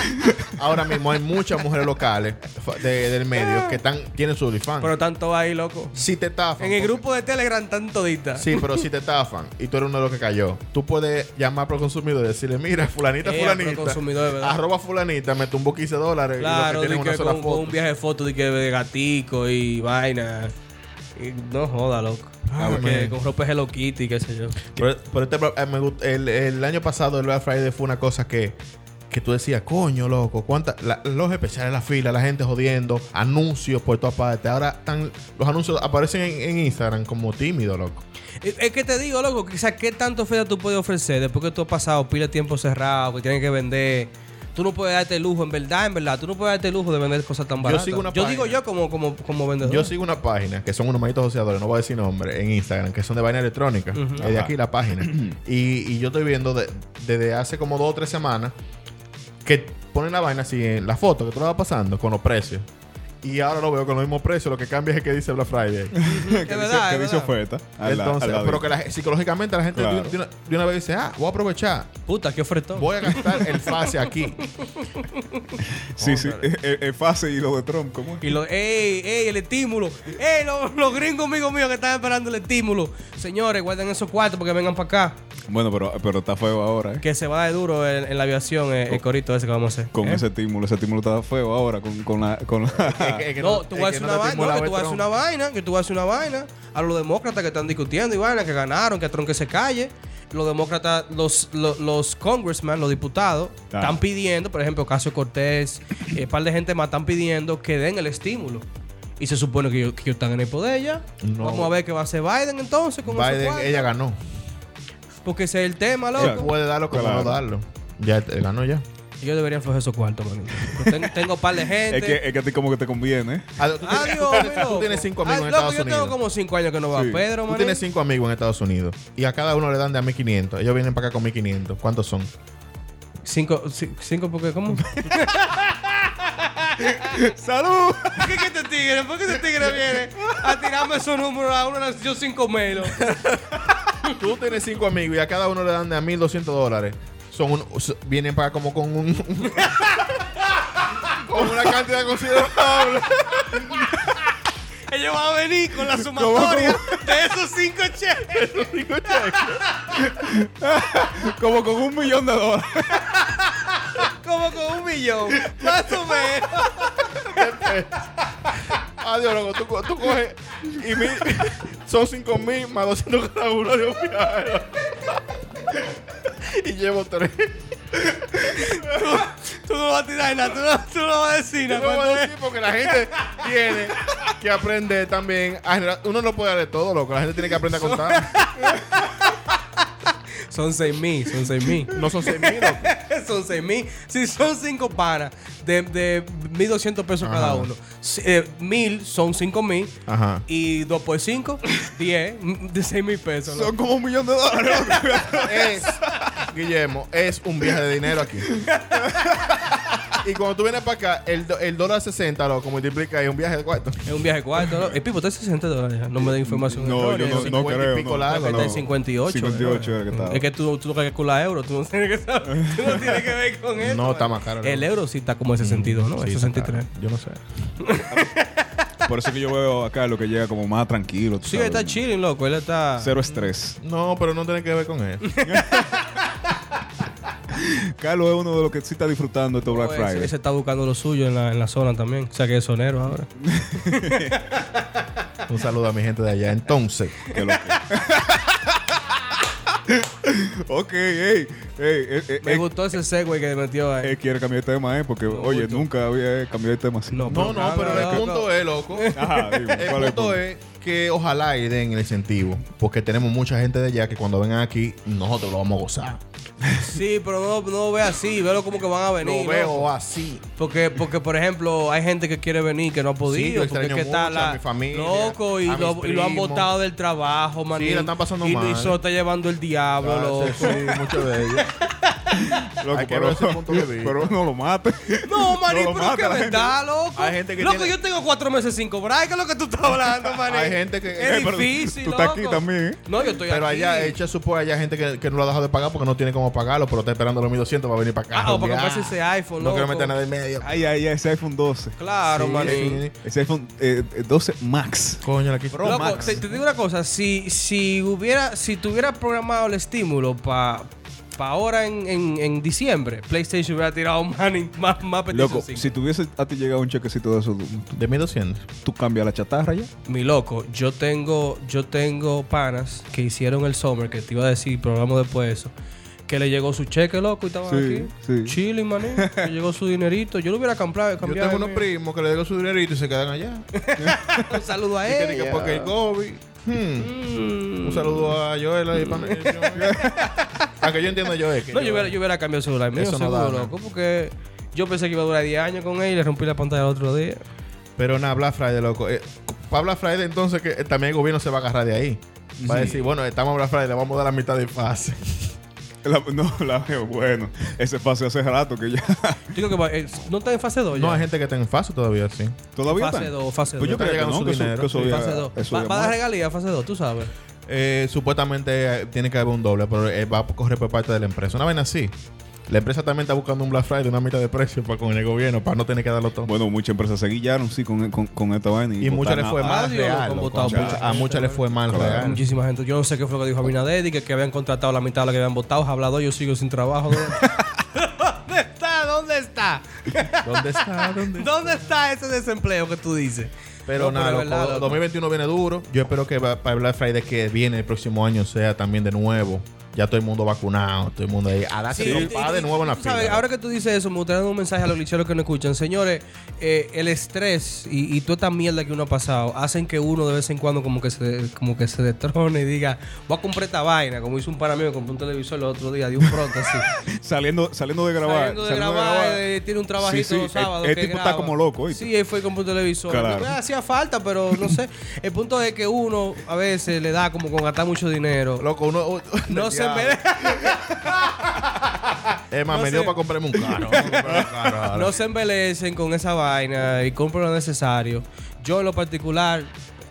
Speaker 3: ahora mismo hay muchas mujeres locales fa- de- del medio que están, tienen su OnlyFans.
Speaker 2: Pero tanto ahí, loco.
Speaker 3: si te estafan.
Speaker 2: En el
Speaker 3: por-
Speaker 2: grupo de Telegram tan todita.
Speaker 3: Sí, pero si te estafan y tú eres uno de los que cayó, tú puedes llamar pro consumidor y decirle, mira, fulanita,
Speaker 2: Eh,
Speaker 3: fulanita.
Speaker 2: Proconsumidor, ¿verdad?
Speaker 3: arroba fulanita, me tumbó 15 dólares. y lo que
Speaker 2: Claro,
Speaker 3: tienen
Speaker 2: di
Speaker 3: es
Speaker 2: que con, con un viaje de fotos de, que de gatico y vaina. Y no joda, loco.
Speaker 3: Ah,
Speaker 2: Porque
Speaker 3: man.
Speaker 2: con ropa de Hello Kitty, qué sé yo.
Speaker 3: Pero, pero este, eh, me gust- el, el año pasado el Black Friday fue una cosa que, que tú decías, coño, loco, cuánta, la- los especiales en la fila, la gente jodiendo, anuncios por todas partes. Ahora están, los anuncios aparecen en, en Instagram como tímidos, loco.
Speaker 2: Es es que te digo, loco, que, o sea, ¿qué tanto oferta tú puedes ofrecer después que tú has pasado pila de tiempo cerrado, que tienen que vender? Tú no puedes darte el lujo, en verdad, en verdad. Tú no puedes darte el lujo de vender cosas tan baratas.
Speaker 3: sigo una página.
Speaker 2: digo yo como, como, como vendedor.
Speaker 3: Yo sigo una página que son unos malditos asociadores, no voy a decir nombre, en Instagram, que son de vaina electrónica. Es de
Speaker 4: Ajá.
Speaker 3: aquí la página. y, y yo estoy viendo de- desde hace como dos o tres semanas que ponen la vaina así en la foto que tú la vas pasando con los precios. Y ahora lo veo con los mismos precios. Lo que cambia es que dice Black Friday.
Speaker 4: que dice,
Speaker 2: verdad,
Speaker 4: que
Speaker 2: es verdad.
Speaker 4: dice oferta. al la-
Speaker 3: Entonces,
Speaker 4: al lado.
Speaker 3: pero que la- psicológicamente la gente de-
Speaker 4: Claro.
Speaker 3: de, una, de una vez dice, ah, voy a aprovechar,
Speaker 2: Puta, qué ofertón.
Speaker 3: voy a gastar el fase aquí.
Speaker 4: Sí, sí, es fácil y lo de Trump, ¿cómo es?
Speaker 2: Y lo, ey, ey, el estímulo. Ey, lo- los, gringos amigos míos que están esperando el estímulo. Señores, guarden esos cuartos porque vengan para acá.
Speaker 4: Bueno, pero, pero está feo ahora, ¿eh?
Speaker 2: Que se va de duro en, en la aviación eh, el, corito ese que vamos a hacer.
Speaker 4: Con
Speaker 2: ¿Eh?
Speaker 4: ese estímulo, ese estímulo está feo ahora con, con la... Con la...
Speaker 3: Es que- es que
Speaker 2: No, tú
Speaker 3: es
Speaker 2: vas a
Speaker 3: que
Speaker 2: hacer una
Speaker 3: no te
Speaker 2: vaina,
Speaker 3: estimula
Speaker 2: no, que tú vas a hacer
Speaker 3: Trump.
Speaker 2: una vaina, que tú vas a hacer una vaina a los demócratas que están discutiendo y vaina, que ganaron, que Trump que se calle. Los demócratas, los, los, los congressmen, los diputados,
Speaker 4: Claro.
Speaker 2: están pidiendo, por ejemplo, Casio Cortés, eh, un par de gente más están pidiendo que den el estímulo. Y se supone que ellos, que ellos están en el poder ya.
Speaker 3: No.
Speaker 2: Vamos a ver qué va a hacer Biden entonces. Con esos
Speaker 3: Biden,
Speaker 2: cuartos.
Speaker 3: ella ganó.
Speaker 2: Porque ese es el tema,
Speaker 4: Claro.
Speaker 2: loco.
Speaker 3: Puede darlo como
Speaker 4: Claro.
Speaker 3: no darlo. Ya eh, ganó ya.
Speaker 2: Yo debería aflojar esos cuartos, manito. Porque ten- tengo un par de gente.
Speaker 4: es, que, es que a ti como que te conviene, ¿eh?
Speaker 3: Ah, tú, tienes- tú
Speaker 2: Adiós,
Speaker 3: tienes,
Speaker 2: mi
Speaker 3: tú
Speaker 2: loco.
Speaker 3: tienes cinco amigos
Speaker 2: Ah,
Speaker 3: en
Speaker 2: loco,
Speaker 3: Estados
Speaker 2: yo
Speaker 3: Unidos.
Speaker 2: tengo como cinco años que no va
Speaker 4: Sí.
Speaker 2: Pedro,
Speaker 3: Tú
Speaker 2: man.
Speaker 3: tienes cinco amigos en Estados Unidos y a cada uno le dan de a 1500. Ellos vienen para acá con 1500. ¿Cuántos son?
Speaker 2: Cinco, ci- cinco porque ¿cómo?
Speaker 4: ¡Salud!
Speaker 2: ¿Por qué este tigre? ¿Por qué este tigre viene a tirarme su número a uno de yo cinco melos?
Speaker 3: Tú tienes cinco amigos y a cada uno le dan de a 1200 dólares. Son un- s- vienen para acá como con un. con una cantidad considerable.
Speaker 2: Ellos van a venir con la sumatoria de esos cinco cheques.
Speaker 4: como con un millón de dólares.
Speaker 2: Como con un millón. Más o menos.
Speaker 3: Adiós, loco. Tú, co- tú coges y mil, son 5 mil más 200 cada uno de un viaje. y llevo 3.
Speaker 2: Tú no vas a tirar nada. Tú no, tú no vas a decir
Speaker 3: No
Speaker 2: nada.
Speaker 3: voy
Speaker 2: ¿Cuánto
Speaker 3: a
Speaker 2: es?
Speaker 3: decir porque la gente tiene que aprender también. a generar- Uno no puede darle todo, loco. La gente tiene que aprender a contar.
Speaker 2: Son seis mil. Son seis mil.
Speaker 3: No son 6 mil, loco.
Speaker 2: son seis mil. Si son cinco panas de, de 1.200 pesos cada
Speaker 3: Ajá.
Speaker 2: uno. Si, eh, mil son cinco mil.
Speaker 3: Ajá.
Speaker 2: Y dos por cinco, diez. De seis mil pesos. ¿no?
Speaker 4: Son como un millón de dólares.
Speaker 3: Es, Guillermo, es un viaje de dinero aquí. Y cuando tú vienes para acá, el, do- el dólar 60, loco, multiplica y un viaje de cuarto.
Speaker 2: Es un viaje cuarto. ¿no? El pipo está en 60 dólares. No me da información.
Speaker 4: No, yo no, no
Speaker 3: 50 y
Speaker 4: creo.
Speaker 3: pico
Speaker 4: no.
Speaker 3: largo,
Speaker 4: No.
Speaker 2: Está en 58.
Speaker 4: 58 era que estaba.
Speaker 2: Es que tú, tú no calculas euros. Tú no tienes que saber. Tú no tienes que ver con eso.
Speaker 3: No, está más caro.
Speaker 2: El euro sí está como en 62,
Speaker 4: Mm,
Speaker 2: ¿no? En
Speaker 3: Sí, está
Speaker 2: 63.
Speaker 3: caro. Yo no sé.
Speaker 4: Por eso que yo veo acá lo que llega como más tranquilo. tú
Speaker 2: Sí, él
Speaker 4: sabes.
Speaker 2: está chilling, loco. Él está.
Speaker 4: Cero estrés.
Speaker 3: No, pero no tiene que ver con eso.
Speaker 4: Carlos es uno de los que sí está disfrutando este Black
Speaker 2: Pues,
Speaker 4: Friday.
Speaker 2: Ese está buscando lo suyo en la, en la zona también. O sea que es sonero ahora.
Speaker 3: Un saludo a mi gente de allá. Entonces,
Speaker 4: Que lo que- ok, ey, ey, eh, eh,
Speaker 2: Me
Speaker 4: eh,
Speaker 2: gustó ese segue que metió ahí.
Speaker 4: eh, quiere cambiar de tema, ¿eh? Porque, oye,
Speaker 2: gustó.
Speaker 4: nunca había eh, cambiado de tema así.
Speaker 3: no, no, pero el punto es, loco.
Speaker 4: Ajá, dime,
Speaker 3: El
Speaker 4: ¿cuál es el
Speaker 3: punto es que
Speaker 2: Ah,
Speaker 3: ojalá y den el incentivo, porque tenemos mucha gente de allá que cuando vengan aquí, nosotros lo vamos a gozar.
Speaker 2: Sí, pero no, no lo ve así, velo como que van a venir.
Speaker 3: Lo
Speaker 2: loco.
Speaker 3: veo así.
Speaker 2: Porque, porque, por ejemplo, hay gente que quiere venir que no ha
Speaker 3: Sí, yo
Speaker 2: podido. porque
Speaker 3: extraño
Speaker 2: es que está
Speaker 3: mucho a
Speaker 2: la,
Speaker 3: mi familia,
Speaker 2: loco y
Speaker 3: a mis
Speaker 2: lo, y lo han
Speaker 3: primos.
Speaker 2: botado del trabajo, man.
Speaker 3: la están pasando
Speaker 2: y
Speaker 3: mal.
Speaker 2: Luis Sota está llevando el diablo, loco.
Speaker 3: Ah, sí, sí, mucho de ellos.
Speaker 4: Loco,
Speaker 3: Hay que
Speaker 4: pero,
Speaker 3: ver ese punto de vista.
Speaker 4: pero no lo mate.
Speaker 2: No, maní,
Speaker 4: No lo
Speaker 2: pero
Speaker 4: mata
Speaker 2: que
Speaker 4: la gente.
Speaker 2: verdad, loco.
Speaker 3: Hay gente que
Speaker 2: loco,
Speaker 3: tiene-
Speaker 2: yo tengo cuatro meses sin cobrar. ¿Qué es lo que tú estás hablando, maní?
Speaker 3: Hay gente que-
Speaker 2: Es
Speaker 4: Eh, pero
Speaker 2: difícil,
Speaker 4: tú estás
Speaker 2: loco.
Speaker 4: aquí también, ¿eh?
Speaker 2: No, yo estoy
Speaker 3: Pero
Speaker 2: aquí.
Speaker 3: allá, echa su pues, allá hay gente que, que no lo ha dejado de pagar porque no tiene cómo pagarlo, pero está esperando los 1200 para venir para acá.
Speaker 2: Ah, o para
Speaker 3: Ya.
Speaker 2: comprarse ese iPhone,
Speaker 3: No
Speaker 2: loco.
Speaker 3: quiero meter nada en medio.
Speaker 4: Ay, ay, ay, ese iPhone 12.
Speaker 2: Claro,
Speaker 3: Sí,
Speaker 2: maní.
Speaker 3: sí.
Speaker 4: Ese iPhone eh, eh, 12 Max.
Speaker 3: Coño, la quité.
Speaker 4: Bro,
Speaker 2: Loco,
Speaker 4: Max.
Speaker 2: te, te digo una cosa, si, si hubiera, si tuviera programado el estímulo para ahora en, en- en diciembre, PlayStation hubiera tirado money, más, más PlayStation
Speaker 4: Loco,
Speaker 2: 5.
Speaker 4: si tuviese a ti llegado un chequecito de eso, tú,
Speaker 3: De 1200.
Speaker 4: tú cambias la chatarra ya.
Speaker 2: Mi loco, yo tengo, yo tengo panas que hicieron el summer, que te iba a decir, pero hablamos después de eso. Que le llegó su cheque, loco, y estaban
Speaker 4: Sí,
Speaker 2: aquí.
Speaker 4: sí.
Speaker 2: Chilling, maní. Le llegó su dinerito. Yo lo hubiera comprado.
Speaker 3: Yo
Speaker 2: cambiado
Speaker 3: tengo
Speaker 2: el
Speaker 3: unos
Speaker 2: mío.
Speaker 3: primos que le dejo su dinerito y se quedan allá.
Speaker 2: Un saludo a
Speaker 3: Que diga,
Speaker 2: él.
Speaker 3: Porque el COVID. Hmm. Un saludo a Joel. ahí pa- Aunque yo entiendo a Joel. que
Speaker 2: No, yo
Speaker 3: Joel-
Speaker 2: hubiera, yo hubiera cambiado el celular mío,
Speaker 3: Eso no
Speaker 2: seguro,
Speaker 3: da, ¿no?
Speaker 2: loco, porque yo pensé que iba a durar 10 años con él y le rompí la pantalla el otro día.
Speaker 3: Pero nada, Black Friday, loco. Eh, para Black Friday, entonces, que eh, también el gobierno se va a agarrar de ahí. Va a decir, bueno, estamos en Black Friday, le vamos a dar la mitad de fase.
Speaker 4: La- no, la veo. Bueno, ese pase hace rato que ya.
Speaker 2: Yo creo que va- eh, no está en fase 2 ya.
Speaker 3: No, hay gente que está en fase todavía, sí.
Speaker 4: Todavía
Speaker 2: Fase
Speaker 4: están?
Speaker 2: dos, fase
Speaker 4: Pues yo
Speaker 2: dos.
Speaker 4: creo que
Speaker 3: Está
Speaker 4: no, que eso,
Speaker 3: llegando
Speaker 4: que
Speaker 3: su
Speaker 4: eso
Speaker 3: dinero.
Speaker 4: ya-
Speaker 2: Fase 2.
Speaker 4: eso
Speaker 2: Va,
Speaker 4: ya
Speaker 2: va a dar
Speaker 4: muere.
Speaker 2: regalías, fase 2, tú sabes.
Speaker 3: Eh, supuestamente eh, tiene que haber un doble, pero eh, va a correr por parte de la empresa. Una vez así. La empresa también está buscando un Black Friday, una mitad de precio para con el gobierno, para no tener que darlo todo.
Speaker 4: Bueno, muchas empresas se guillaron, sí, con, con, con esta vaina.
Speaker 3: y muchas les fue
Speaker 4: mal.
Speaker 3: mal
Speaker 2: Adiós,
Speaker 3: real.
Speaker 2: como
Speaker 3: loco.
Speaker 2: tan
Speaker 3: Mucha-
Speaker 2: mucha
Speaker 3: A muchas les fue mal
Speaker 4: Claro.
Speaker 3: real.
Speaker 2: Muchísima gente. Yo no sé qué fue lo que dijo Abinader y que, que habían contratado la mitad de la que habían votado. Has hablado, yo sigo sin trabajo. ¿Dónde ¿Dónde está? ¿Dónde está?
Speaker 3: ¿Dónde está? ¿Dónde
Speaker 2: ¿Dónde está ese desempleo que tú dices?
Speaker 3: Pero
Speaker 2: No,
Speaker 3: nada,
Speaker 2: es
Speaker 3: loco,
Speaker 2: verdad, loco.
Speaker 3: 2021 viene duro. Yo espero que va- para el Black Friday que viene el próximo año sea también de nuevo. Ya todo el mundo vacunado, todo el mundo ahí. A la
Speaker 2: Sí, y-
Speaker 3: trompada
Speaker 2: y-
Speaker 3: de nuevo en la
Speaker 2: tú sabes,
Speaker 3: fila.
Speaker 2: Ahora que tú dices eso, me gustaría dar un mensaje a los licheros que no escuchan. Señores, eh, el estrés y, y toda esta mierda que uno ha pasado hacen que uno de vez en cuando como que se como que se destrone y diga, voy a comprar esta vaina, como hizo un para mí, me compró un televisor el otro día, de un pronto así.
Speaker 4: Saliendo, saliendo de grabar.
Speaker 2: Saliendo de grabar, eh, tiene un trabajito
Speaker 4: Sí, sí,
Speaker 2: los sábados.
Speaker 4: El, el
Speaker 2: que
Speaker 4: tipo está
Speaker 2: graba.
Speaker 4: como loco, ¿oíste?
Speaker 2: Sí, él fue y compró un televisor.
Speaker 4: Claro.
Speaker 2: Me hacía falta, pero no sé. El punto es que uno a veces le da como con gastar mucho dinero.
Speaker 3: Loco, uno.
Speaker 2: No se
Speaker 3: Ya.
Speaker 2: merece.
Speaker 3: Es más,
Speaker 2: no
Speaker 3: me dio
Speaker 2: sé.
Speaker 3: para comprarme un carro. Vamos a comprarme un carro ahora.
Speaker 2: No se embelecen con esa vaina y compren lo necesario. Yo en lo particular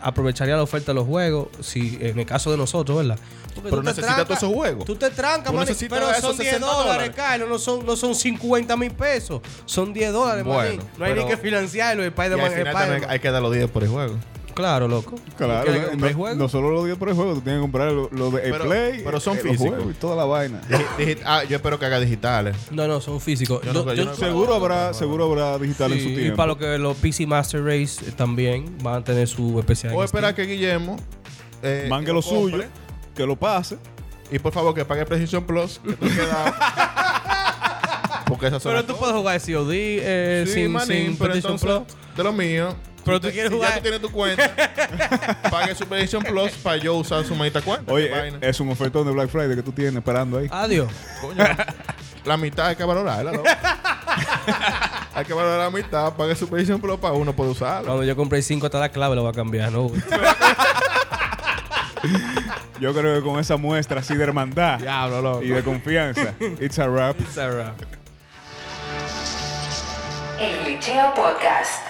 Speaker 2: aprovecharía la oferta de los juegos, si en el caso de nosotros, ¿verdad? Porque
Speaker 3: Pero
Speaker 2: tú te
Speaker 3: necesitas
Speaker 2: trancas-
Speaker 3: todos esos juegos.
Speaker 2: Tú te trancas,
Speaker 3: Tú
Speaker 2: maní,
Speaker 3: necesitas
Speaker 2: pero
Speaker 3: esos
Speaker 2: son 10
Speaker 3: 60
Speaker 2: dólares,
Speaker 3: dólares.
Speaker 2: Carlos, no son, no son 50 mil pesos, son 10 dólares, maní.
Speaker 3: Bueno,
Speaker 2: No hay ni
Speaker 3: pero-
Speaker 2: que financiarlo,
Speaker 3: Y al
Speaker 2: Spider-Man es
Speaker 3: final también
Speaker 2: Spider-Man.
Speaker 3: hay que dar los 10 por el juego.
Speaker 2: Claro, loco.
Speaker 4: Claro,
Speaker 2: ¿Quieres
Speaker 4: no,
Speaker 2: comprar
Speaker 4: no-
Speaker 2: juego?
Speaker 4: no solo los 10 por el juego, tú tienes que comprar lo, lo de el
Speaker 3: Pero-
Speaker 4: Play,
Speaker 3: pero son
Speaker 4: eh, los
Speaker 3: físicos.
Speaker 4: juegos y toda la vaina.
Speaker 3: Digi- digi- ah, yo espero que haga digitales.
Speaker 2: No, no, son físicos.
Speaker 3: Yo no-
Speaker 2: Yo-
Speaker 3: yo
Speaker 2: yo-
Speaker 3: no-
Speaker 4: Seguro habrá, seguro habrá digital en
Speaker 2: sí,
Speaker 4: su
Speaker 2: y
Speaker 4: tiempo.
Speaker 2: para lo que los PC Master Race eh, también van a tener su especial.
Speaker 3: O
Speaker 2: en
Speaker 3: espera que Guillermo. eh,
Speaker 4: Mangue lo
Speaker 3: compre.
Speaker 4: suyo, que lo pase.
Speaker 3: Y por favor, que pague Precision Plus. Que te queda. Porque esas son
Speaker 2: Pero
Speaker 3: las
Speaker 2: tú puedes jugar COD eh,
Speaker 3: Sí,
Speaker 2: sin,
Speaker 3: manín,
Speaker 2: sin
Speaker 3: pero
Speaker 2: PlayStation
Speaker 3: entonces,
Speaker 2: Pro.
Speaker 3: De lo mío.
Speaker 2: Pero
Speaker 3: Si
Speaker 2: tú
Speaker 3: te-
Speaker 2: quieres
Speaker 3: si
Speaker 2: jugar-
Speaker 3: Ya tú tienes tu cuenta. pague su PlayStation Plus para yo usar su maldita cuenta.
Speaker 4: Oye,
Speaker 3: qué
Speaker 4: eh,
Speaker 3: vaina.
Speaker 4: es un ofertón de Black Friday que tú tienes esperando ahí.
Speaker 2: Adiós.
Speaker 3: Coño, la mitad hay que valorarla, ¿no? hay que valorar la mitad. Pague su PlayStation Plus para uno poder usarlo.
Speaker 2: Cuando yo compré 5 hasta la clave lo voy a cambiar, ¿no? güey?
Speaker 4: Yo creo que con esa muestra así de hermandad
Speaker 3: Diablo, loco.
Speaker 4: y de confianza, it's a wrap.
Speaker 2: It's a wrap.
Speaker 1: El Liceo Podcast.